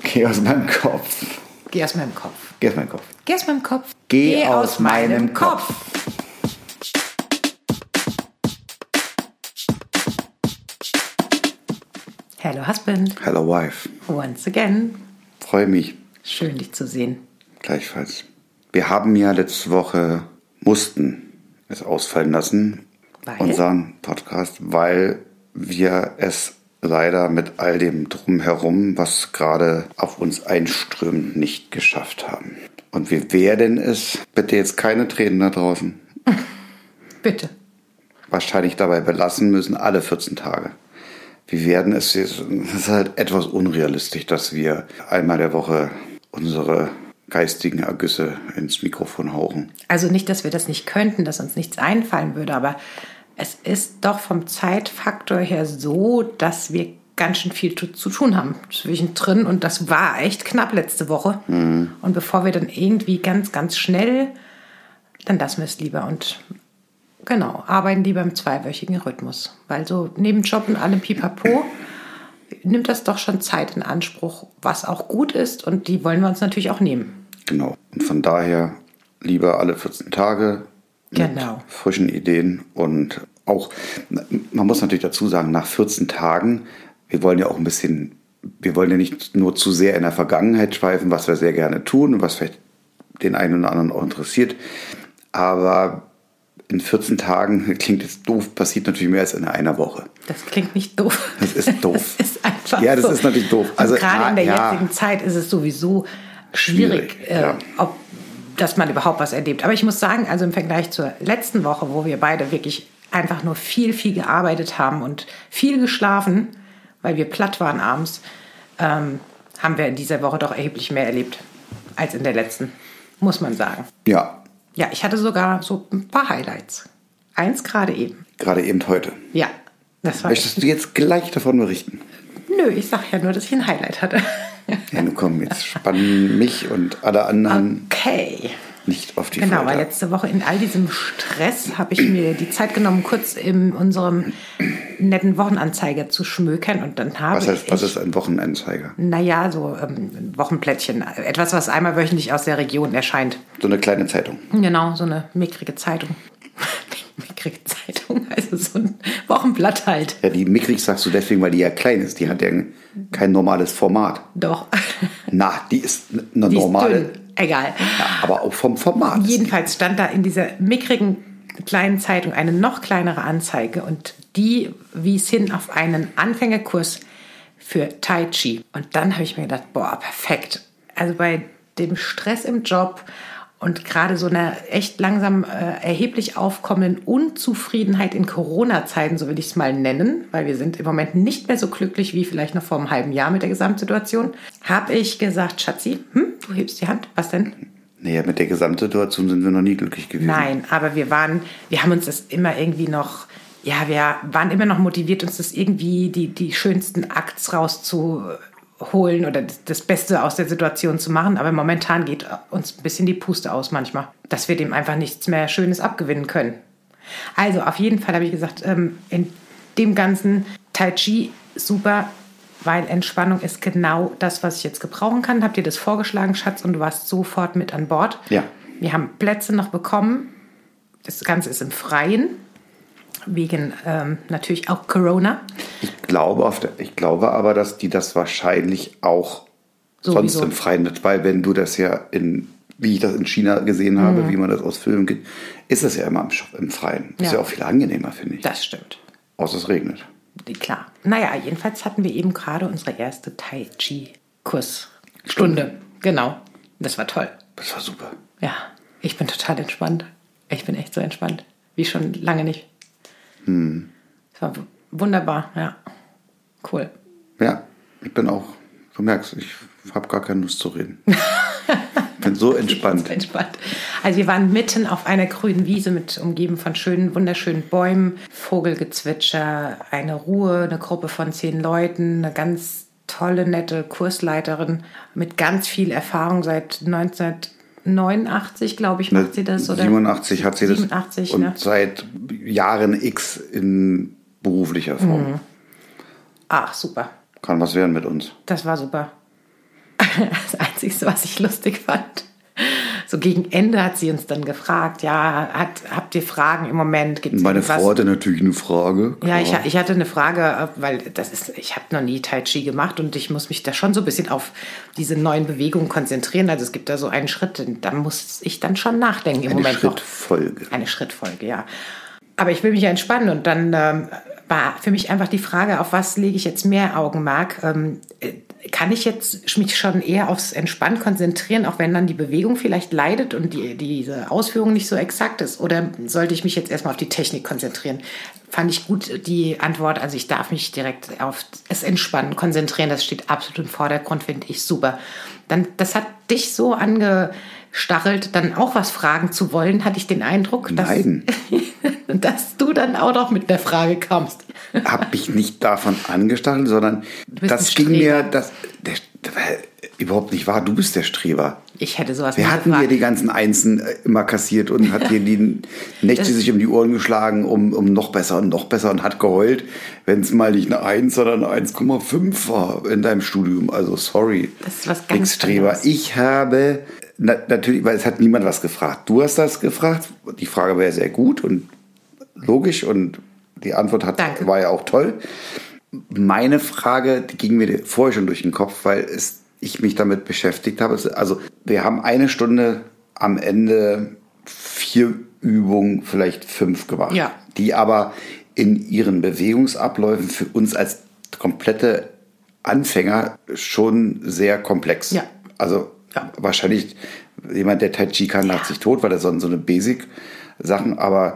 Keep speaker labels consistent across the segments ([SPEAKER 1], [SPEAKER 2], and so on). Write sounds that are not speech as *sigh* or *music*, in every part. [SPEAKER 1] Geh aus meinem Kopf.
[SPEAKER 2] Geh aus meinem Kopf.
[SPEAKER 1] Geh aus meinem Kopf.
[SPEAKER 2] Geh aus meinem Kopf.
[SPEAKER 1] Geh aus meinem Kopf.
[SPEAKER 2] Hello Husband,
[SPEAKER 1] Hello Wife.
[SPEAKER 2] once again.
[SPEAKER 1] Freue mich
[SPEAKER 2] Schön dich zu sehen.
[SPEAKER 1] gleichfalls. Wir haben ja letzte Woche mussten es ausfallen lassen,
[SPEAKER 2] Weil?
[SPEAKER 1] unseren Podcast, weil wir es leider mit all dem drumherum, was gerade auf uns einströmt, nicht geschafft haben. Und wir werden es, bitte jetzt keine Tränen da draußen,
[SPEAKER 2] Bitte.
[SPEAKER 1] wahrscheinlich dabei belassen müssen, alle 14 Tage. Wir werden es, es ist halt etwas unrealistisch, dass wir einmal der Woche unsere geistigen Ergüsse ins Mikrofon hauchen.
[SPEAKER 2] Also nicht, dass wir das nicht könnten, dass uns nichts einfallen würde, aber es ist doch vom Zeitfaktor her so, dass wir ganz schön viel zu, zu tun haben zwischendrin und das war echt knapp letzte Woche. Und bevor wir dann irgendwie ganz, ganz schnell, dann lassen wir es lieber und genau, arbeiten lieber im zweiwöchigen Rhythmus. Weil so neben Job und allem Pipapo nimmt das doch schon Zeit in Anspruch, was auch gut ist und die wollen wir uns natürlich auch nehmen.
[SPEAKER 1] Genau. Und von daher lieber alle 14 Tage
[SPEAKER 2] Genau.
[SPEAKER 1] frischen Ideen und auch, man muss natürlich dazu sagen, nach 14 Tagen, wir wollen ja auch ein bisschen, wir wollen ja nicht nur zu sehr in der Vergangenheit schweifen, was wir sehr gerne tun und was vielleicht den einen oder anderen auch interessiert, aber in 14 Tagen, *laughs* klingt jetzt doof, passiert natürlich mehr als in einer Woche.
[SPEAKER 2] Das klingt nicht doof.
[SPEAKER 1] Das ist doof.
[SPEAKER 2] *laughs* Das ist einfach
[SPEAKER 1] Ja, das
[SPEAKER 2] so.
[SPEAKER 1] ist natürlich doof. Also,
[SPEAKER 2] und gerade in der
[SPEAKER 1] ja.
[SPEAKER 2] jetzigen Zeit ist es sowieso schwierig,
[SPEAKER 1] Schwierig,
[SPEAKER 2] äh,
[SPEAKER 1] ja.
[SPEAKER 2] ob, dass man überhaupt was erlebt. Aber ich muss sagen, also im Vergleich zur letzten Woche, wo wir beide wirklich einfach nur viel, viel gearbeitet haben und viel geschlafen, weil wir platt waren abends, ähm, haben wir in dieser Woche doch erheblich mehr erlebt als in der letzten, muss man sagen.
[SPEAKER 1] Ja,
[SPEAKER 2] Ja, ich hatte sogar so ein paar Highlights. Eins gerade eben.
[SPEAKER 1] gerade eben heute.
[SPEAKER 2] Ja, das war
[SPEAKER 1] Möchtest du jetzt gleich davon berichten?
[SPEAKER 2] Nö, ich sag ja nur, dass ich ein Highlight hatte.
[SPEAKER 1] Ja, nun komm, jetzt spannen mich und alle anderen
[SPEAKER 2] Okay.
[SPEAKER 1] nicht auf die
[SPEAKER 2] Genau, weil
[SPEAKER 1] Folter.
[SPEAKER 2] letzte Woche in all diesem Stress habe ich mir die Zeit genommen, kurz in unserem netten Wochenanzeiger zu schmökern und dann habe
[SPEAKER 1] Was, heißt, was
[SPEAKER 2] ich,
[SPEAKER 1] ist ein Wochenendzeiger?
[SPEAKER 2] naja, so ähm, Wochenplättchen, etwas, was einmal wöchentlich aus der Region erscheint.
[SPEAKER 1] So eine kleine Zeitung.
[SPEAKER 2] Genau, so eine mickrige Zeitung. *laughs* mickrige Zeitung, also so ein Wochenblatt halt.
[SPEAKER 1] Ja, die mickrig sagst du deswegen, weil die ja klein ist. Die hat ja kein normales Format.
[SPEAKER 2] Doch,
[SPEAKER 1] Na, die ist eine
[SPEAKER 2] die ist
[SPEAKER 1] normale,
[SPEAKER 2] dünn. Egal.
[SPEAKER 1] ja, aber auch vom Format.
[SPEAKER 2] Jedenfalls stand da in dieser mickrigen kleinen Zeitung eine noch kleinere Anzeige und die wies hin auf einen Anfängerkurs für Tai Chi. Und dann habe ich mir gedacht, boah, perfekt. Also bei dem Stress im Job und gerade so einer echt langsam äh, erheblich aufkommenden Unzufriedenheit in Corona-Zeiten, so will ich es mal nennen, weil wir sind im Moment nicht mehr so glücklich wie vielleicht noch vor einem halben Jahr mit der Gesamtsituation, habe ich gesagt, Schatzi, hm, du hebst die Hand, was denn?
[SPEAKER 1] Naja, mit der Gesamtsituation sind wir noch nie glücklich gewesen.
[SPEAKER 2] Nein, aber wir waren, wir haben uns das immer irgendwie noch, ja, wir waren immer noch motiviert, uns das irgendwie die, die schönsten Akts rauszuholen oder das, das Beste aus der Situation zu machen. Aber momentan geht uns ein bisschen die Puste aus manchmal, dass wir dem einfach nichts mehr Schönes abgewinnen können. Also auf jeden Fall habe ich gesagt, ähm, in dem ganzen Tai Chi super, weil Entspannung ist genau das, was ich jetzt gebrauchen kann. Habt ihr das vorgeschlagen, Schatz, und du warst sofort mit an Bord.
[SPEAKER 1] Ja.
[SPEAKER 2] Wir haben Plätze noch bekommen. Das Ganze ist im Freien, wegen ähm, natürlich auch Corona.
[SPEAKER 1] Ich glaube, auf der, ich glaube aber, dass die das wahrscheinlich auch
[SPEAKER 2] Sowieso.
[SPEAKER 1] sonst im Freien nicht, weil wenn du das ja in, wie ich das in China gesehen habe,
[SPEAKER 2] Mhm.
[SPEAKER 1] wie man das aus Filmen kennt, ist das ja immer im, Sch- im Freien. Ist
[SPEAKER 2] Ja.
[SPEAKER 1] ja auch viel angenehmer, finde ich.
[SPEAKER 2] Das stimmt.
[SPEAKER 1] Außer es regnet.
[SPEAKER 2] Die- Klar. Naja, jedenfalls hatten wir eben gerade unsere erste Tai Chi-Kursstunde. Genau. Das war toll.
[SPEAKER 1] Das war super.
[SPEAKER 2] Ja, ich bin total entspannt. Ich bin echt so entspannt. Wie schon lange nicht. Hm. Es war w- wunderbar, ja. Cool.
[SPEAKER 1] Ja, ich bin auch, du merkst, ich habe gar keine Lust zu
[SPEAKER 2] *laughs*
[SPEAKER 1] reden. bin so entspannt.
[SPEAKER 2] Entspannt. Also wir waren mitten auf einer grünen Wiese mit umgeben von schönen, wunderschönen Bäumen, Vogelgezwitscher, eine Ruhe, eine Gruppe von zehn Leuten, eine ganz tolle, nette Kursleiterin mit ganz viel Erfahrung seit 1989, glaube ich, macht sie das. Oder
[SPEAKER 1] 87 hat sie das
[SPEAKER 2] 87,
[SPEAKER 1] und
[SPEAKER 2] ne?
[SPEAKER 1] seit Jahren X in beruflicher
[SPEAKER 2] Mhm.
[SPEAKER 1] Form.
[SPEAKER 2] Ach, super.
[SPEAKER 1] Kann was werden mit uns.
[SPEAKER 2] Das war super. *laughs* das Einzige, was ich lustig fand. So gegen Ende hat sie uns dann gefragt, ja, hat, habt ihr Fragen im Moment? Gibt's
[SPEAKER 1] Meine
[SPEAKER 2] irgendwas?
[SPEAKER 1] Frau hatte natürlich eine Frage. klar.
[SPEAKER 2] Ja, ich, ich hatte eine Frage, äh, weil das ist, ich habe noch nie Tai Chi gemacht und ich muss mich da schon so ein bisschen auf diese neuen Bewegungen konzentrieren. Also es gibt da so einen Schritt, den- da muss ich dann schon nachdenken im
[SPEAKER 1] eine
[SPEAKER 2] Moment noch.
[SPEAKER 1] Schrittfolge.
[SPEAKER 2] Eine Schrittfolge, ja. Aber ich will mich ja entspannen und dann ähm, war für mich einfach die Frage, auf was lege ich jetzt mehr Augenmerk? Ähm, äh, kann ich jetzt mich schon eher aufs Entspannen konzentrieren, auch wenn dann die Bewegung vielleicht leidet und die, diese Ausführung nicht so exakt ist? Oder sollte ich mich jetzt erstmal auf die Technik konzentrieren? Fand ich gut äh, die Antwort. Also ich darf mich direkt auf das Entspannen konzentrieren. Das steht absolut im Vordergrund, finde ich super. Dann, das hat dich so angestachelt, dann auch was fragen zu wollen, hatte ich den Eindruck. dass- *laughs*
[SPEAKER 1] Nein.
[SPEAKER 2] dass du dann auch noch mit der Frage kommst.
[SPEAKER 1] Hab mich nicht davon angestachelt, sondern
[SPEAKER 2] bist
[SPEAKER 1] das
[SPEAKER 2] ein
[SPEAKER 1] ging mir
[SPEAKER 2] Streber.
[SPEAKER 1] das, der, der, war überhaupt nicht wahr. Du bist der Streber.
[SPEAKER 2] Ich hätte sowas
[SPEAKER 1] Wir
[SPEAKER 2] nie
[SPEAKER 1] hatten
[SPEAKER 2] gefragt.
[SPEAKER 1] hier die ganzen Einsen äh, immer kassiert und hat hier die Nächte sich um die Ohren geschlagen, um, um noch besser und noch besser und hat geheult, wenn es mal nicht eine 1, sondern eine 1,5 war in deinem Studium. Also sorry.
[SPEAKER 2] Das ist was ganz
[SPEAKER 1] Extremer.
[SPEAKER 2] anderes.
[SPEAKER 1] Ich habe na, natürlich, weil es hat niemand was gefragt. Du hast das gefragt. Die Frage wäre sehr gut und logisch und die Antwort hat,
[SPEAKER 2] Danke.
[SPEAKER 1] war ja auch toll. Meine Frage die ging mir vorher schon durch den Kopf, weil es, ich mich damit beschäftigt habe. Es- Also wir haben eine Stunde am Ende vier Übungen, vielleicht fünf gemacht,
[SPEAKER 2] Ja.
[SPEAKER 1] die aber in ihren Bewegungsabläufen für uns als komplette Anfänger schon sehr komplex.
[SPEAKER 2] Ja.
[SPEAKER 1] Also
[SPEAKER 2] Ja.
[SPEAKER 1] wahrscheinlich jemand, der Tai Chi kann, lacht sich tot, weil das sind so eine Basic-Sachen, aber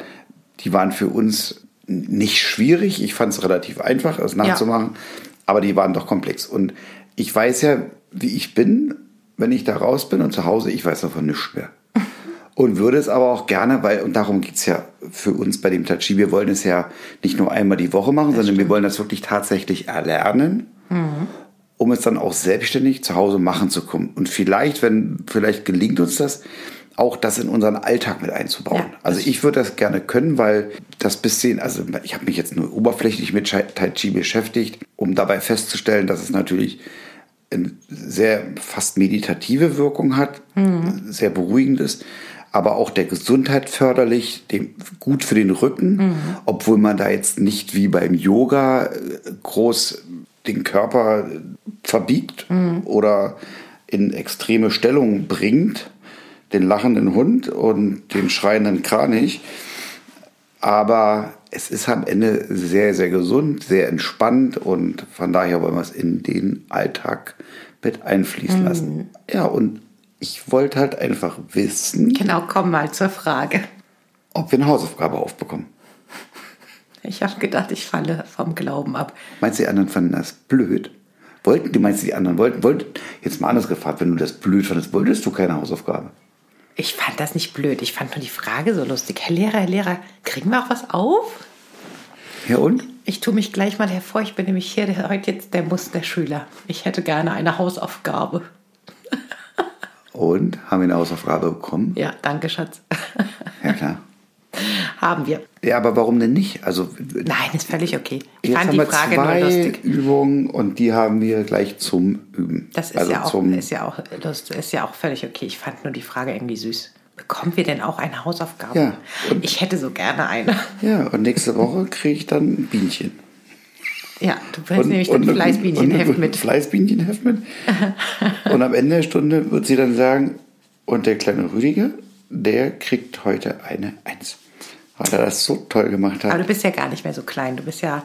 [SPEAKER 1] die waren für uns n- nicht schwierig. Ich fand es relativ einfach, es nachzumachen, aber die waren doch komplex. Und ich weiß ja, wie ich bin, wenn ich da raus bin und zu Hause, ich weiß davon nichts mehr. Und würde es aber auch gerne, weil, und darum geht's ja für uns bei dem Tachi, wir wollen es ja nicht nur einmal die Woche machen, sondern wir wollen das wirklich tatsächlich erlernen um es dann auch selbstständig zu Hause machen zu können. Und vielleicht, wenn, vielleicht gelingt uns das, auch das in unseren Alltag mit einzubauen.
[SPEAKER 2] Ja, das
[SPEAKER 1] also ich würde das gerne können, weil das bisschen, also ich habe mich jetzt nur oberflächlich mit Chi- Tai Chi beschäftigt, um dabei festzustellen, dass es natürlich sehr fast meditative Wirkung hat, sehr beruhigend ist, aber auch der Gesundheit förderlich, dem, gut für den Rücken, obwohl man da jetzt nicht wie beim Yoga äh, groß den Körper äh, verbiegt oder in extreme Stellungen bringt, den lachenden Hund und den schreienden Kranich. Aber es ist am Ende sehr, sehr gesund, sehr entspannt und von daher wollen wir es in den Alltag mit einfließen lassen. Ja, und ich wollte halt einfach wissen,
[SPEAKER 2] Genau, komm mal zur Frage.
[SPEAKER 1] ob wir eine Hausaufgabe aufbekommen.
[SPEAKER 2] Ich habe gedacht, ich falle vom Glauben ab.
[SPEAKER 1] Meinst du, die anderen fanden das blöd? Wollten die, meinst du, die anderen wollten, wollten, jetzt mal anders gefragt, wenn du das blöd fandest, wolltest du keine Hausaufgabe?
[SPEAKER 2] Ich fand das nicht blöd. Ich fand nur die Frage so lustig. Herr Lehrer, Herr Lehrer, kriegen wir auch was auf?
[SPEAKER 1] Ja und?
[SPEAKER 2] Ich tue mich gleich mal hervor. Ich bin nämlich hier der, heute jetzt der Musterschüler. Ich hätte gerne eine Hausaufgabe.
[SPEAKER 1] Und? Haben wir eine Hausaufgabe bekommen?
[SPEAKER 2] Ja, danke, Schatz. *laughs*
[SPEAKER 1] Ja, klar.
[SPEAKER 2] Haben wir.
[SPEAKER 1] Ja, aber warum denn nicht? Also,
[SPEAKER 2] Nein, ist völlig okay. Ich
[SPEAKER 1] Jetzt
[SPEAKER 2] fand
[SPEAKER 1] haben
[SPEAKER 2] die
[SPEAKER 1] wir
[SPEAKER 2] Frage
[SPEAKER 1] zwei
[SPEAKER 2] nur lustig.
[SPEAKER 1] Übungen und die haben wir gleich zum Üben.
[SPEAKER 2] Das ist,
[SPEAKER 1] also
[SPEAKER 2] ja auch,
[SPEAKER 1] zum
[SPEAKER 2] ist, ja auch, das ist ja auch völlig okay. Ich fand nur die Frage irgendwie süß. Bekommen wir denn auch eine Hausaufgabe?
[SPEAKER 1] Ja, und-
[SPEAKER 2] ich hätte so gerne eine.
[SPEAKER 1] ja und nächste Woche kriege ich dann ein Bienchen.
[SPEAKER 2] Ja, du bringst
[SPEAKER 1] Und,
[SPEAKER 2] nämlich den
[SPEAKER 1] und-
[SPEAKER 2] Fleißbienchenheft
[SPEAKER 1] und-
[SPEAKER 2] mit.
[SPEAKER 1] Fleißbienchenheft
[SPEAKER 2] *laughs*
[SPEAKER 1] mit. und am Ende der Stunde wird sie dann sagen, und der kleine Rüdiger, der kriegt heute eine Eins. Weil er das so toll gemacht
[SPEAKER 2] Aber
[SPEAKER 1] hat.
[SPEAKER 2] du bist ja gar nicht mehr so klein. Du bist ja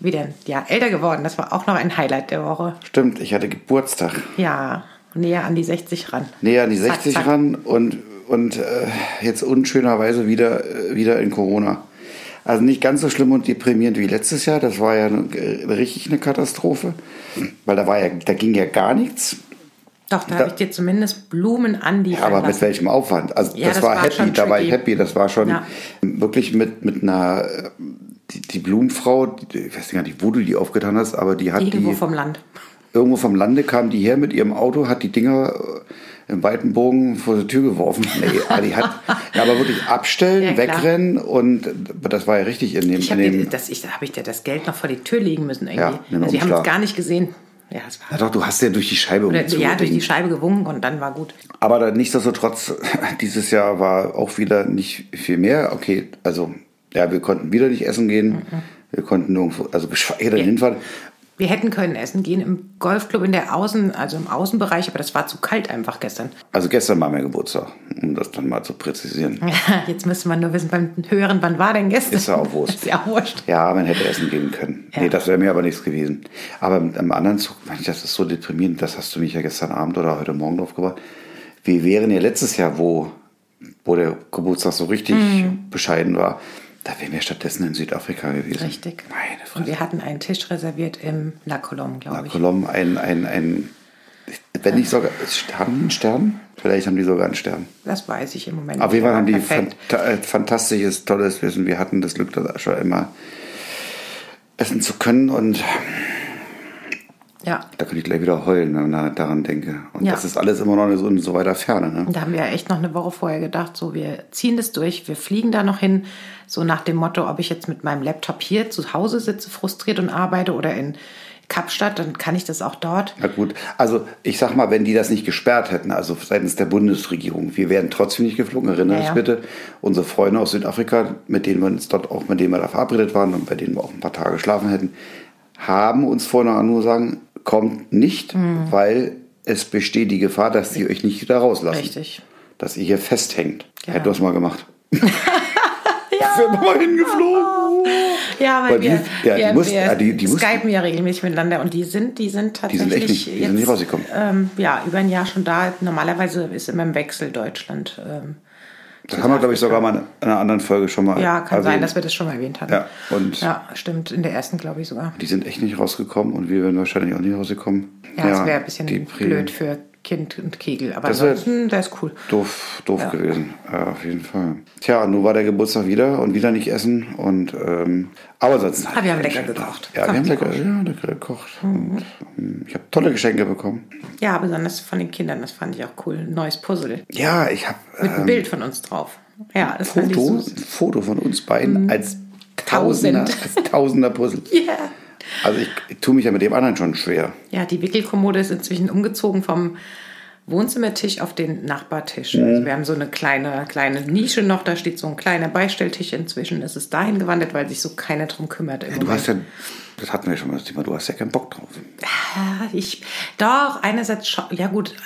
[SPEAKER 2] wieder ein Jahr älter geworden. Das war auch noch ein Highlight der Woche.
[SPEAKER 1] Stimmt, ich hatte Geburtstag.
[SPEAKER 2] Ja, näher an die 60 ran.
[SPEAKER 1] Näher an die
[SPEAKER 2] Zack,
[SPEAKER 1] 60
[SPEAKER 2] zack.
[SPEAKER 1] ran und, und äh, jetzt unschönerweise wieder, äh, wieder in Corona. Also nicht ganz so schlimm und deprimierend wie letztes Jahr. Das war ja eine, äh, richtig eine Katastrophe, weil da, war ja, da ging ja gar nichts.
[SPEAKER 2] Doch, da,
[SPEAKER 1] Da-
[SPEAKER 2] habe ich dir zumindest Blumen an die
[SPEAKER 1] Aber mit welchem Aufwand? Also
[SPEAKER 2] Ja,
[SPEAKER 1] das,
[SPEAKER 2] das
[SPEAKER 1] war,
[SPEAKER 2] war schon
[SPEAKER 1] happy, da war ich
[SPEAKER 2] tricky.
[SPEAKER 1] happy. Das war schon
[SPEAKER 2] Ja.
[SPEAKER 1] wirklich mit, mit einer, äh, die, die Blumenfrau, die, ich weiß gar nicht, wo du die aufgetan hast, aber die hat
[SPEAKER 2] Irgendwo
[SPEAKER 1] die...
[SPEAKER 2] vom Land.
[SPEAKER 1] Irgendwo vom Lande kam die her mit ihrem Auto, hat die Dinger äh, im weiten Bogen vor die Tür geworfen. *laughs* Nee, aber die hat ja, aber wirklich abstellen,
[SPEAKER 2] Ja, klar.
[SPEAKER 1] wegrennen und äh, das war ja richtig in dem. in
[SPEAKER 2] Ich habe dir,
[SPEAKER 1] dem
[SPEAKER 2] das, ich, da hab ich dir das Geld noch vor die Tür legen müssen. Irgendwie.
[SPEAKER 1] Ja, in den
[SPEAKER 2] also wir haben
[SPEAKER 1] Umschlag.
[SPEAKER 2] es gar nicht gesehen. Ja, das
[SPEAKER 1] Na
[SPEAKER 2] war.
[SPEAKER 1] doch, du hast ja durch die Scheibe
[SPEAKER 2] Oder,
[SPEAKER 1] irgendwie
[SPEAKER 2] ja, durch die
[SPEAKER 1] zugedingt.
[SPEAKER 2] Scheibe gewunken und dann war gut.
[SPEAKER 1] Aber da- nichtsdestotrotz, *laughs* dieses Jahr war auch wieder nicht viel mehr. Okay, also, ja, wir konnten wieder nicht essen gehen.
[SPEAKER 2] Mhm.
[SPEAKER 1] Wir konnten nirgendwo, also geschweige denn hinfahren.
[SPEAKER 2] Wir hätten können essen gehen im Golfclub in der Außen, also im Außenbereich, aber das war zu kalt einfach
[SPEAKER 1] *laughs*
[SPEAKER 2] gestern.
[SPEAKER 1] Also gestern war mein Geburtstag, um das dann mal zu
[SPEAKER 2] Mhm.
[SPEAKER 1] präzisieren.
[SPEAKER 2] Jetzt müsste man nur wissen beim Hören, wann war denn gestern?
[SPEAKER 1] Ist ja auch Wurst.
[SPEAKER 2] *laughs* Ist ja auch wurscht.
[SPEAKER 1] Ja, man hätte essen gehen können. Nee, das wäre mir aber nichts gewesen. Aber im, im anderen Zug, Mensch, das ist so deprimierend, das hast du mich ja gestern Abend oder heute Morgen drauf gebracht. Wir wären ja letztes Jahr, wo, wo der Geburtstag so richtig
[SPEAKER 2] Mhm.
[SPEAKER 1] bescheiden war, da wären wir stattdessen in Südafrika gewesen.
[SPEAKER 2] Richtig.
[SPEAKER 1] Meine
[SPEAKER 2] Und
[SPEAKER 1] Fresse.
[SPEAKER 2] wir hatten einen Tisch reserviert im La Colombe, glaube ich.
[SPEAKER 1] Kolom, ein, ein, ein, wenn nicht sogar, haben die einen Stern? Vielleicht haben die sogar einen Stern.
[SPEAKER 2] Das weiß ich im Moment.
[SPEAKER 1] Auf jeden Fall haben die
[SPEAKER 2] Perfekt.
[SPEAKER 1] fanta äh, fantastisches, tolles Wissen. Wir hatten das Glück, das schon immer essen zu können. Und
[SPEAKER 2] Ja,
[SPEAKER 1] da könnte ich gleich wieder heulen, wenn ich daran denke. Und
[SPEAKER 2] Ja.
[SPEAKER 1] das ist alles immer noch so in so weiter Ferne. Ne?
[SPEAKER 2] und da haben wir ja echt noch eine Woche vorher gedacht, so wir ziehen das durch, wir fliegen da noch hin, so nach dem Motto, ob ich jetzt mit meinem Laptop hier zu Hause sitze, frustriert und arbeite oder in Kapstadt, dann kann ich das auch dort.
[SPEAKER 1] Na gut, also ich sag mal, wenn die das nicht gesperrt hätten, also seitens der Bundesregierung, wir wären trotzdem nicht geflogen. Erinnere
[SPEAKER 2] Ja,
[SPEAKER 1] dich
[SPEAKER 2] ja.
[SPEAKER 1] bitte, unsere Freunde aus Südafrika, mit denen wir uns dort auch, mit denen wir da verabredet waren und bei denen wir auch ein paar Tage geschlafen hätten, haben uns vorher noch nur sagen, kommt nicht,
[SPEAKER 2] Mhm.
[SPEAKER 1] weil es besteht die Gefahr, dass sie euch nicht wieder rauslassen.
[SPEAKER 2] Richtig.
[SPEAKER 1] Dass ihr hier festhängt.
[SPEAKER 2] Genau.
[SPEAKER 1] Hätten wir es mal
[SPEAKER 2] *laughs*
[SPEAKER 1] gemacht. *laughs* ja. Wären wir mal hingeflogen.
[SPEAKER 2] Ja, weil,
[SPEAKER 1] Weil
[SPEAKER 2] wir,
[SPEAKER 1] die- ja, die
[SPEAKER 2] wir,
[SPEAKER 1] mussten-
[SPEAKER 2] wir
[SPEAKER 1] ah, die- die mussten-
[SPEAKER 2] skypen ja regelmäßig miteinander und die sind, die sind tatsächlich
[SPEAKER 1] sind echt nicht- die sind
[SPEAKER 2] jetzt,
[SPEAKER 1] nicht rausgekommen.
[SPEAKER 2] Ähm, ja, über ein Jahr schon da. Normalerweise ist immer im Wechsel Deutschland. Ähm,
[SPEAKER 1] Das haben wir, glaube ich, sogar mal in einer anderen Folge schon mal
[SPEAKER 2] ja, kann sein,
[SPEAKER 1] erwähnt.
[SPEAKER 2] dass wir das schon mal erwähnt hatten.
[SPEAKER 1] Also Ja, und-
[SPEAKER 2] ja stimmt, in der ersten glaube ich sogar.
[SPEAKER 1] Die sind echt nicht rausgekommen und wir werden wahrscheinlich auch nicht rausgekommen.
[SPEAKER 2] Ja, das wäre ein bisschen
[SPEAKER 1] die Pri-
[SPEAKER 2] blöd für Kind und Kegel, aber
[SPEAKER 1] Das wär-
[SPEAKER 2] ansonsten, der ist cool.
[SPEAKER 1] Doof, doof gewesen, ja, auf jeden Fall. Tja, nun war der Geburtstag wieder und wieder nicht essen. Und, ähm, aber sonst.
[SPEAKER 2] Aber Ah, wir haben lecker gekocht. Mhm.
[SPEAKER 1] Ja, wir haben
[SPEAKER 2] Sonst
[SPEAKER 1] lecker, ja, lecker gekocht. Und, ähm, ich habe tolle Geschenke bekommen.
[SPEAKER 2] Ja, besonders von den Kindern, das fand ich auch cool. Ein neues Puzzle
[SPEAKER 1] Ja, ich habe
[SPEAKER 2] mit
[SPEAKER 1] äh,
[SPEAKER 2] einem Bild von uns drauf. Ja, das fand ich
[SPEAKER 1] Foto,
[SPEAKER 2] so. Mhm.
[SPEAKER 1] ein Foto von uns beiden als Tausender, als
[SPEAKER 2] Tausend.
[SPEAKER 1] Tausender Puzzle.
[SPEAKER 2] Yeah.
[SPEAKER 1] Also ich, ich tue mich ja mit dem anderen schon schwer.
[SPEAKER 2] Ja, die Wickelkommode ist inzwischen umgezogen vom Wohnzimmertisch auf den Nachbartisch.
[SPEAKER 1] Mhm.
[SPEAKER 2] Also wir haben so eine kleine, kleine Nische noch, da steht so ein kleiner Beistelltisch. Inzwischen ist es dahin gewandert, weil sich so keiner drum kümmert. Im
[SPEAKER 1] Du
[SPEAKER 2] Moment.
[SPEAKER 1] hast ja, das hatten wir schon mal das Thema, du hast ja keinen Bock drauf.
[SPEAKER 2] Ah, ich, doch, einerseits, schon, ja gut,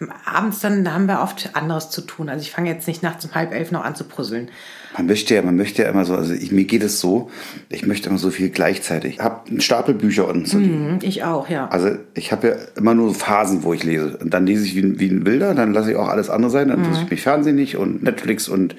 [SPEAKER 2] äh, abends dann haben wir oft anderes zu tun. Also ich fange jetzt nicht nachts um halb elf noch an zu brüsseln.
[SPEAKER 1] Man möchte ja, man möchte ja immer so, also ich, mir geht es so, ich möchte immer so viel gleichzeitig. Ich habe einen Stapel Bücher und so.
[SPEAKER 2] Hm, Ich auch, ja.
[SPEAKER 1] Also ich habe ja immer nur so Phasen, wo ich lese. Und dann lese ich wie, ein- wie ein Bilder, dann lasse ich auch alles andere sein, dann interessiert
[SPEAKER 2] Mhm.
[SPEAKER 1] mich Fernsehen nicht und Netflix und,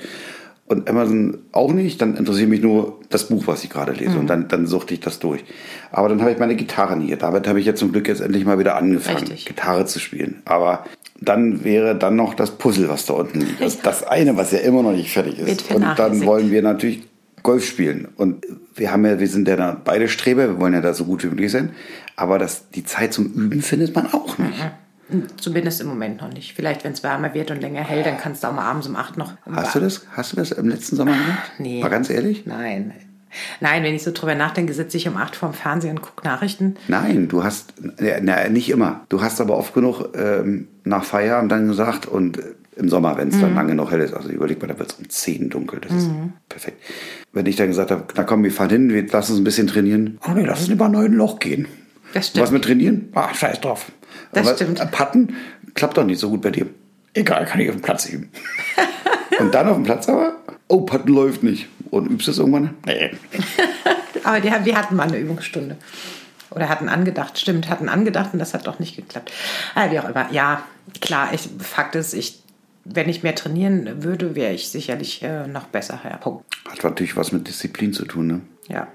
[SPEAKER 1] und Amazon auch nicht. Dann interessiert mich nur das Buch, was ich gerade lese.
[SPEAKER 2] Mhm.
[SPEAKER 1] Und dann, dann suchte ich das durch. Aber dann habe ich meine Gitarre hier. Damit habe ich jetzt zum Glück jetzt endlich mal wieder angefangen,
[SPEAKER 2] Richtig.
[SPEAKER 1] Gitarre zu spielen. Aber dann wäre dann noch das Puzzle, was da unten
[SPEAKER 2] *laughs*
[SPEAKER 1] liegt. Das, das eine, was ja immer noch nicht fertig ist.
[SPEAKER 2] Wird
[SPEAKER 1] Und dann
[SPEAKER 2] vernachlässigt.
[SPEAKER 1] wollen wir natürlich Golf spielen. Und wir haben ja, wir sind ja da beide Streber, wir wollen ja da so gut wie möglich sein. Aber das, die Zeit zum Üben findet man auch nicht.
[SPEAKER 2] Mhm. Zumindest im Moment noch nicht. Vielleicht, wenn es wärmer wird und länger hell, dann kannst du auch mal abends um acht noch.
[SPEAKER 1] Hast du das? Hast du das im letzten Sommer gemacht?
[SPEAKER 2] Nee.
[SPEAKER 1] Mal ganz ehrlich?
[SPEAKER 2] Nein. Nein, wenn ich so drüber nachdenke, sitze ich um 8 vorm Fernsehen und gucke Nachrichten.
[SPEAKER 1] Nein, du hast, na, na, nicht immer. Du hast aber oft genug ähm, nach Feierabend dann gesagt und äh, im Sommer, wenn es
[SPEAKER 2] Mhm.
[SPEAKER 1] dann lange noch hell ist, also überleg mal, da wird es um 10 dunkel, das ist perfekt. Wenn ich dann gesagt habe, na komm, wir fahren hin, wir lassen uns ein bisschen trainieren. Oh nee, lass uns lieber neun Loch gehen.
[SPEAKER 2] Das stimmt.
[SPEAKER 1] Was mit trainieren? Ach, scheiß drauf.
[SPEAKER 2] Das stimmt.
[SPEAKER 1] äh, Patten klappt doch nicht so gut bei dir. Egal, kann ich auf dem Platz
[SPEAKER 2] *laughs*
[SPEAKER 1] üben. und dann auf dem Platz aber, oh, Patten läuft nicht. Und übst du es irgendwann? Nee.
[SPEAKER 2] Aber die, wir hatten mal eine Übungsstunde. Oder hatten angedacht, stimmt, hatten angedacht und das hat doch nicht geklappt. Ah, wie auch immer. Ja, klar, ich, Fakt ist, ich, wenn ich mehr trainieren würde, wäre ich sicherlich äh, noch besser. Ja, Punkt.
[SPEAKER 1] Hat natürlich was mit Disziplin zu tun, ne?
[SPEAKER 2] Ja.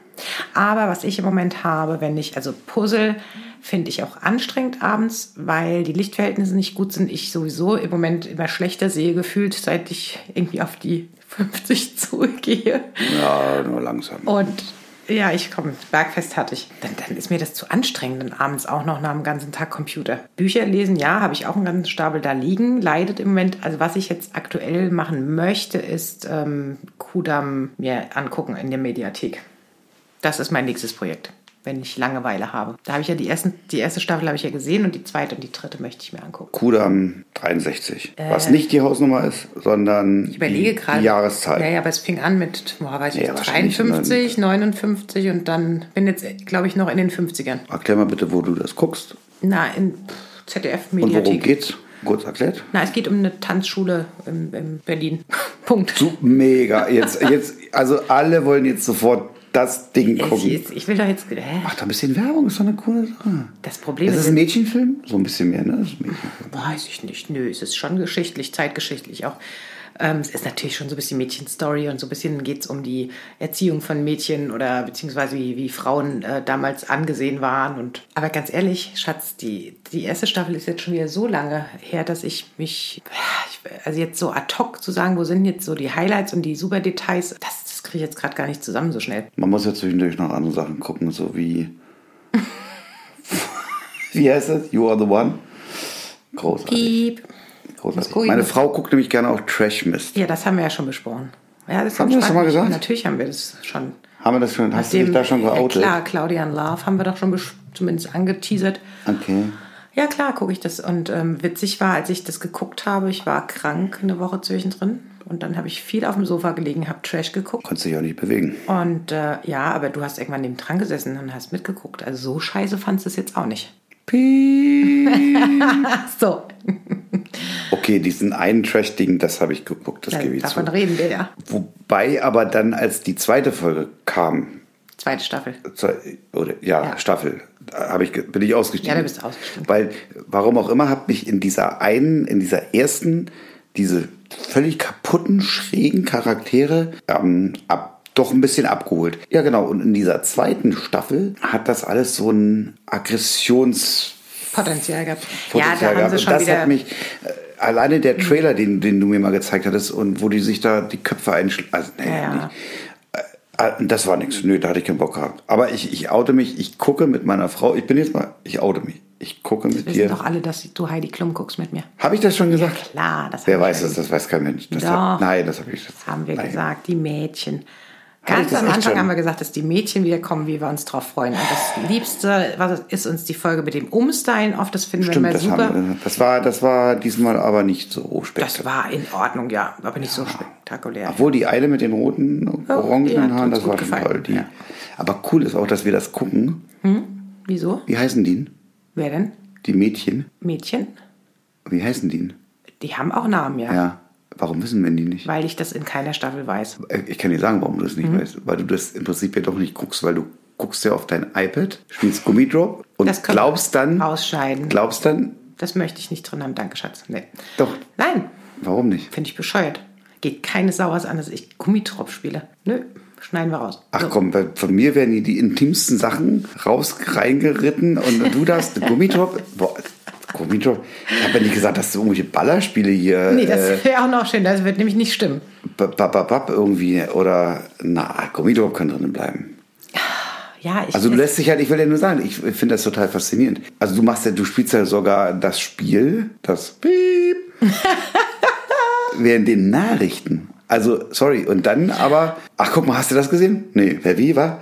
[SPEAKER 2] Aber was ich im Moment habe, wenn ich, also Puzzle finde ich auch anstrengend abends, weil die Lichtverhältnisse nicht gut sind. Ich sowieso im Moment immer schlechter sehe gefühlt, seit ich irgendwie auf die 50 *laughs* zugehe.
[SPEAKER 1] Ja, nur langsam.
[SPEAKER 2] Und ja, ich komme, Bergfest hatte ich. Dann, dann ist mir das zu anstrengend, dann abends auch noch nach dem ganzen Tag Computer. Bücher lesen, ja, habe ich auch einen ganzen Stapel da liegen. Leidet im Moment, also was ich jetzt aktuell machen möchte, ist ähm, Kudam mir angucken in der Mediathek. Das ist mein nächstes Projekt. wenn ich Langeweile habe. Da habe ich ja die, ersten, die erste Staffel habe ich ja gesehen und die zweite und die dritte möchte ich mir angucken.
[SPEAKER 1] Kudam 63. Was nicht die Hausnummer ist, sondern
[SPEAKER 2] Äh. Ich überlege
[SPEAKER 1] die,
[SPEAKER 2] gerade.
[SPEAKER 1] die Jahreszahl.
[SPEAKER 2] Ja, ja, aber es fing an mit, boah, weiß ich,
[SPEAKER 1] Ja,
[SPEAKER 2] nicht,
[SPEAKER 1] wahrscheinlich
[SPEAKER 2] 53, 59 und dann bin jetzt, glaube ich, noch in den 50ern.
[SPEAKER 1] Erklär mal bitte, wo du das guckst
[SPEAKER 2] Na, in
[SPEAKER 1] und worum
[SPEAKER 2] ZDF-Mediathek.
[SPEAKER 1] geht's. Kurz erklärt.
[SPEAKER 2] Na, es geht um eine Tanzschule in, in Berlin. *laughs* Punkt.
[SPEAKER 1] Du, mega. Jetzt, jetzt, also alle wollen jetzt sofort das Ding
[SPEAKER 2] Ich,
[SPEAKER 1] gucken.
[SPEAKER 2] ich, ich will doch jetzt. Hä?
[SPEAKER 1] Macht doch ein bisschen Werbung, ist doch eine coole Sache.
[SPEAKER 2] Das Problem
[SPEAKER 1] Ist
[SPEAKER 2] ist,
[SPEAKER 1] es ein Mädchenfilm? So ein bisschen mehr, ne? Das ist ein Mädchenfilm.
[SPEAKER 2] weiß ich nicht. Nö, es ist schon geschichtlich, zeitgeschichtlich auch. Ähm, es ist natürlich schon so ein bisschen Mädchenstory und so ein bisschen geht es um die Erziehung von Mädchen oder beziehungsweise wie, wie Frauen äh, damals angesehen waren. Und, aber ganz ehrlich, Schatz, die, die erste Staffel ist jetzt schon wieder so lange her, dass ich mich, ich, also jetzt so ad hoc zu sagen, wo sind jetzt so die Highlights und die super Details, das, das kriege ich jetzt gerade gar nicht zusammen so schnell.
[SPEAKER 1] Man muss ja zwischendurch noch andere Sachen gucken, so wie. *laughs* wie heißt das? You are the one? Großartig.
[SPEAKER 2] Piep.
[SPEAKER 1] großartig.
[SPEAKER 2] gucken.
[SPEAKER 1] Meine Frau guckt nämlich gerne auch Trash Mist.
[SPEAKER 2] Ja, das haben wir ja schon besprochen. Ja, das
[SPEAKER 1] Haben
[SPEAKER 2] ist
[SPEAKER 1] wir das schon mal
[SPEAKER 2] spannend.
[SPEAKER 1] gesagt?
[SPEAKER 2] Natürlich haben wir das schon.
[SPEAKER 1] Haben wir das schon, hast du dich
[SPEAKER 2] Dem-
[SPEAKER 1] da schon geoutet?
[SPEAKER 2] Ja, klar, Claudian Love haben wir doch schon besch- zumindest angeteasert.
[SPEAKER 1] Okay.
[SPEAKER 2] Ja, klar, gucke ich das. Und ähm, witzig war, als ich das geguckt habe, ich war krank eine Woche zwischendrin. Und dann habe ich viel auf dem Sofa gelegen, habe Trash geguckt.
[SPEAKER 1] Konntest dich auch nicht bewegen.
[SPEAKER 2] Und äh, ja, aber du hast irgendwann neben dran gesessen und hast mitgeguckt. Also so scheiße fandst du es jetzt auch nicht.
[SPEAKER 1] Piep.
[SPEAKER 2] Ach so,
[SPEAKER 1] Okay, diesen einen Trash-Ding, das habe ich geguckt, das gebe ich
[SPEAKER 2] davon
[SPEAKER 1] zu.
[SPEAKER 2] reden wir ja.
[SPEAKER 1] Wobei aber dann, als die zweite Folge kam,
[SPEAKER 2] Zweite Staffel.
[SPEAKER 1] Zwei- oder ja,
[SPEAKER 2] Ja.
[SPEAKER 1] Staffel. Da hab ich, ge- bin ich ausgestiegen.
[SPEAKER 2] Ja, da bist du ausgestiegen.
[SPEAKER 1] Weil, warum auch immer, hat mich in dieser einen, in dieser ersten, diese völlig kaputten, schrägen Charaktere ähm, ab, doch ein bisschen abgeholt. Ja, genau. Und in dieser zweiten Staffel hat das alles so ein Aggressions-
[SPEAKER 2] Potenzial gehabt.
[SPEAKER 1] Potenzial
[SPEAKER 2] ja, da haben
[SPEAKER 1] gehabt.
[SPEAKER 2] sie
[SPEAKER 1] Und
[SPEAKER 2] schon
[SPEAKER 1] das
[SPEAKER 2] wieder.
[SPEAKER 1] hat mich äh, alleine der Trailer, den, den du mir mal gezeigt hattest und wo die sich da die Köpfe einschlagen. Also, nee,
[SPEAKER 2] Ja, ja.
[SPEAKER 1] Nicht. Ah, Das war nichts. Nö, da hatte ich keinen Bock gehabt. Aber ich, ich oute mich, ich gucke mit meiner Frau. Ich bin jetzt mal, ich oute mich. Ich gucke mit
[SPEAKER 2] wissen doch
[SPEAKER 1] dir.
[SPEAKER 2] alle, dass du Heidi Klum guckst mit mir.
[SPEAKER 1] Habe ich das schon gesagt?
[SPEAKER 2] Klar, das
[SPEAKER 1] Wer
[SPEAKER 2] hab ich
[SPEAKER 1] weiß
[SPEAKER 2] schon
[SPEAKER 1] es, das weiß kein Mensch. Das
[SPEAKER 2] Doch.
[SPEAKER 1] hab, nein, das habe ich
[SPEAKER 2] Das
[SPEAKER 1] jetzt.
[SPEAKER 2] haben wir
[SPEAKER 1] nein.
[SPEAKER 2] gesagt, die Mädchen.
[SPEAKER 1] Habe ich
[SPEAKER 2] Ganz
[SPEAKER 1] das
[SPEAKER 2] am
[SPEAKER 1] echt
[SPEAKER 2] Anfang
[SPEAKER 1] schon?
[SPEAKER 2] haben wir gesagt, dass die Mädchen wieder kommen, wie wir uns drauf freuen. Und das Liebste was ist uns die Folge mit dem Umstylen auf. Das finden
[SPEAKER 1] Stimmt,
[SPEAKER 2] wir immer
[SPEAKER 1] das,
[SPEAKER 2] super.
[SPEAKER 1] haben wir, das, war, das war diesmal aber nicht so
[SPEAKER 2] das
[SPEAKER 1] spektakulär.
[SPEAKER 2] war in Ordnung, ja, aber nicht so spektakulär.
[SPEAKER 1] Obwohl die eine mit den roten,
[SPEAKER 2] Oh, Ja, die
[SPEAKER 1] orangenen
[SPEAKER 2] hat
[SPEAKER 1] Haaren,
[SPEAKER 2] uns
[SPEAKER 1] das
[SPEAKER 2] gut
[SPEAKER 1] war schon
[SPEAKER 2] gefallen.
[SPEAKER 1] toll. Die.
[SPEAKER 2] Ja.
[SPEAKER 1] Aber cool ist auch, dass wir das gucken.
[SPEAKER 2] Wieso?
[SPEAKER 1] Wie heißen die? denn?
[SPEAKER 2] Wer denn?
[SPEAKER 1] Die Mädchen?
[SPEAKER 2] Mädchen?
[SPEAKER 1] Wie heißen die? denn?
[SPEAKER 2] Die haben auch Namen, ja.
[SPEAKER 1] Ja. Warum wissen wir die nicht?
[SPEAKER 2] Weil ich das in keiner Staffel weiß.
[SPEAKER 1] Äh, Ich kann dir sagen, warum du das
[SPEAKER 2] Mhm.
[SPEAKER 1] nicht weißt. Weil du das im Prinzip ja doch nicht guckst, weil du guckst ja auf dein iPad, spielst Gummidrop und
[SPEAKER 2] Das können wir
[SPEAKER 1] glaubst dann,
[SPEAKER 2] Ausscheiden.
[SPEAKER 1] glaubst dann,
[SPEAKER 2] Das möchte ich nicht drin haben, danke, Schatz. Nee.
[SPEAKER 1] Doch.
[SPEAKER 2] Nein,
[SPEAKER 1] warum nicht?
[SPEAKER 2] finde ich bescheuert. Geht keine Sau was an, dass ich Gummitrop spiele. Nö, schneiden wir raus.
[SPEAKER 1] Ach komm, weil von mir werden die, die intimsten Sachen raus reingeritten und du
[SPEAKER 2] *laughs*
[SPEAKER 1] darfst Gummidrop. Boah, Gummidrop. Ich habe ja nicht gesagt, dass du irgendwelche Ballerspiele hier äh,
[SPEAKER 2] Nee, das wäre auch noch schön. Das wird nämlich nicht stimmen.
[SPEAKER 1] bap, bap, bap, bap irgendwie oder na, Gummidrop kann drinnen bleiben.
[SPEAKER 2] Ja, ich
[SPEAKER 1] Also du lässt dich halt, ich will dir nur sagen, ich finde das total faszinierend. Also du machst ja, du spielst ja sogar das Spiel, das
[SPEAKER 2] *laughs*
[SPEAKER 1] Piep, während den Nachrichten. Also, sorry, und dann aber, ach guck mal, hast du das gesehen? Nee, wer wie war?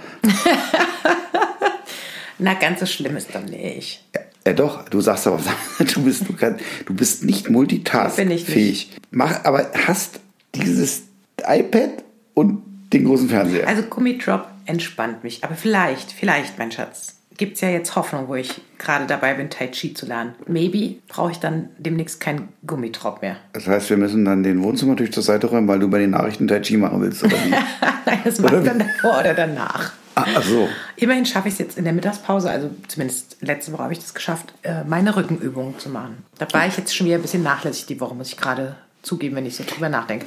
[SPEAKER 2] na, ganz so schlimm ist dann nicht.
[SPEAKER 1] Ja, ja doch, du sagst aber, *laughs* du bist, du kannst, du bist nicht
[SPEAKER 2] Bin ich
[SPEAKER 1] multitaskfähig. Mach, aber hast dieses iPad und den großen Fernseher.
[SPEAKER 2] Also Gummitrop entspannt mich. Aber vielleicht, vielleicht, mein Schatz, gibt es ja jetzt Hoffnung, wo ich gerade dabei bin, Tai Chi zu lernen. Maybe brauche ich dann demnächst keinen Gummitrop mehr. *laughs*
[SPEAKER 1] Das heißt, wir müssen dann den Wohnzimmertisch zur Seite räumen, weil du bei den Nachrichten Tai Chi machen willst, oder wie?
[SPEAKER 2] *laughs* Nein, das mache ich
[SPEAKER 1] Oder
[SPEAKER 2] dann
[SPEAKER 1] wie?
[SPEAKER 2] davor oder danach.
[SPEAKER 1] ach so.
[SPEAKER 2] Immerhin schaffe ich es jetzt in der Mittagspause, also zumindest letzte Woche habe ich das geschafft, äh, meine Rückenübungen zu machen. Da war ich jetzt schon wieder ein bisschen nachlässig die Woche, muss ich gerade zugeben, wenn ich so drüber
[SPEAKER 1] Hm?
[SPEAKER 2] nachdenke.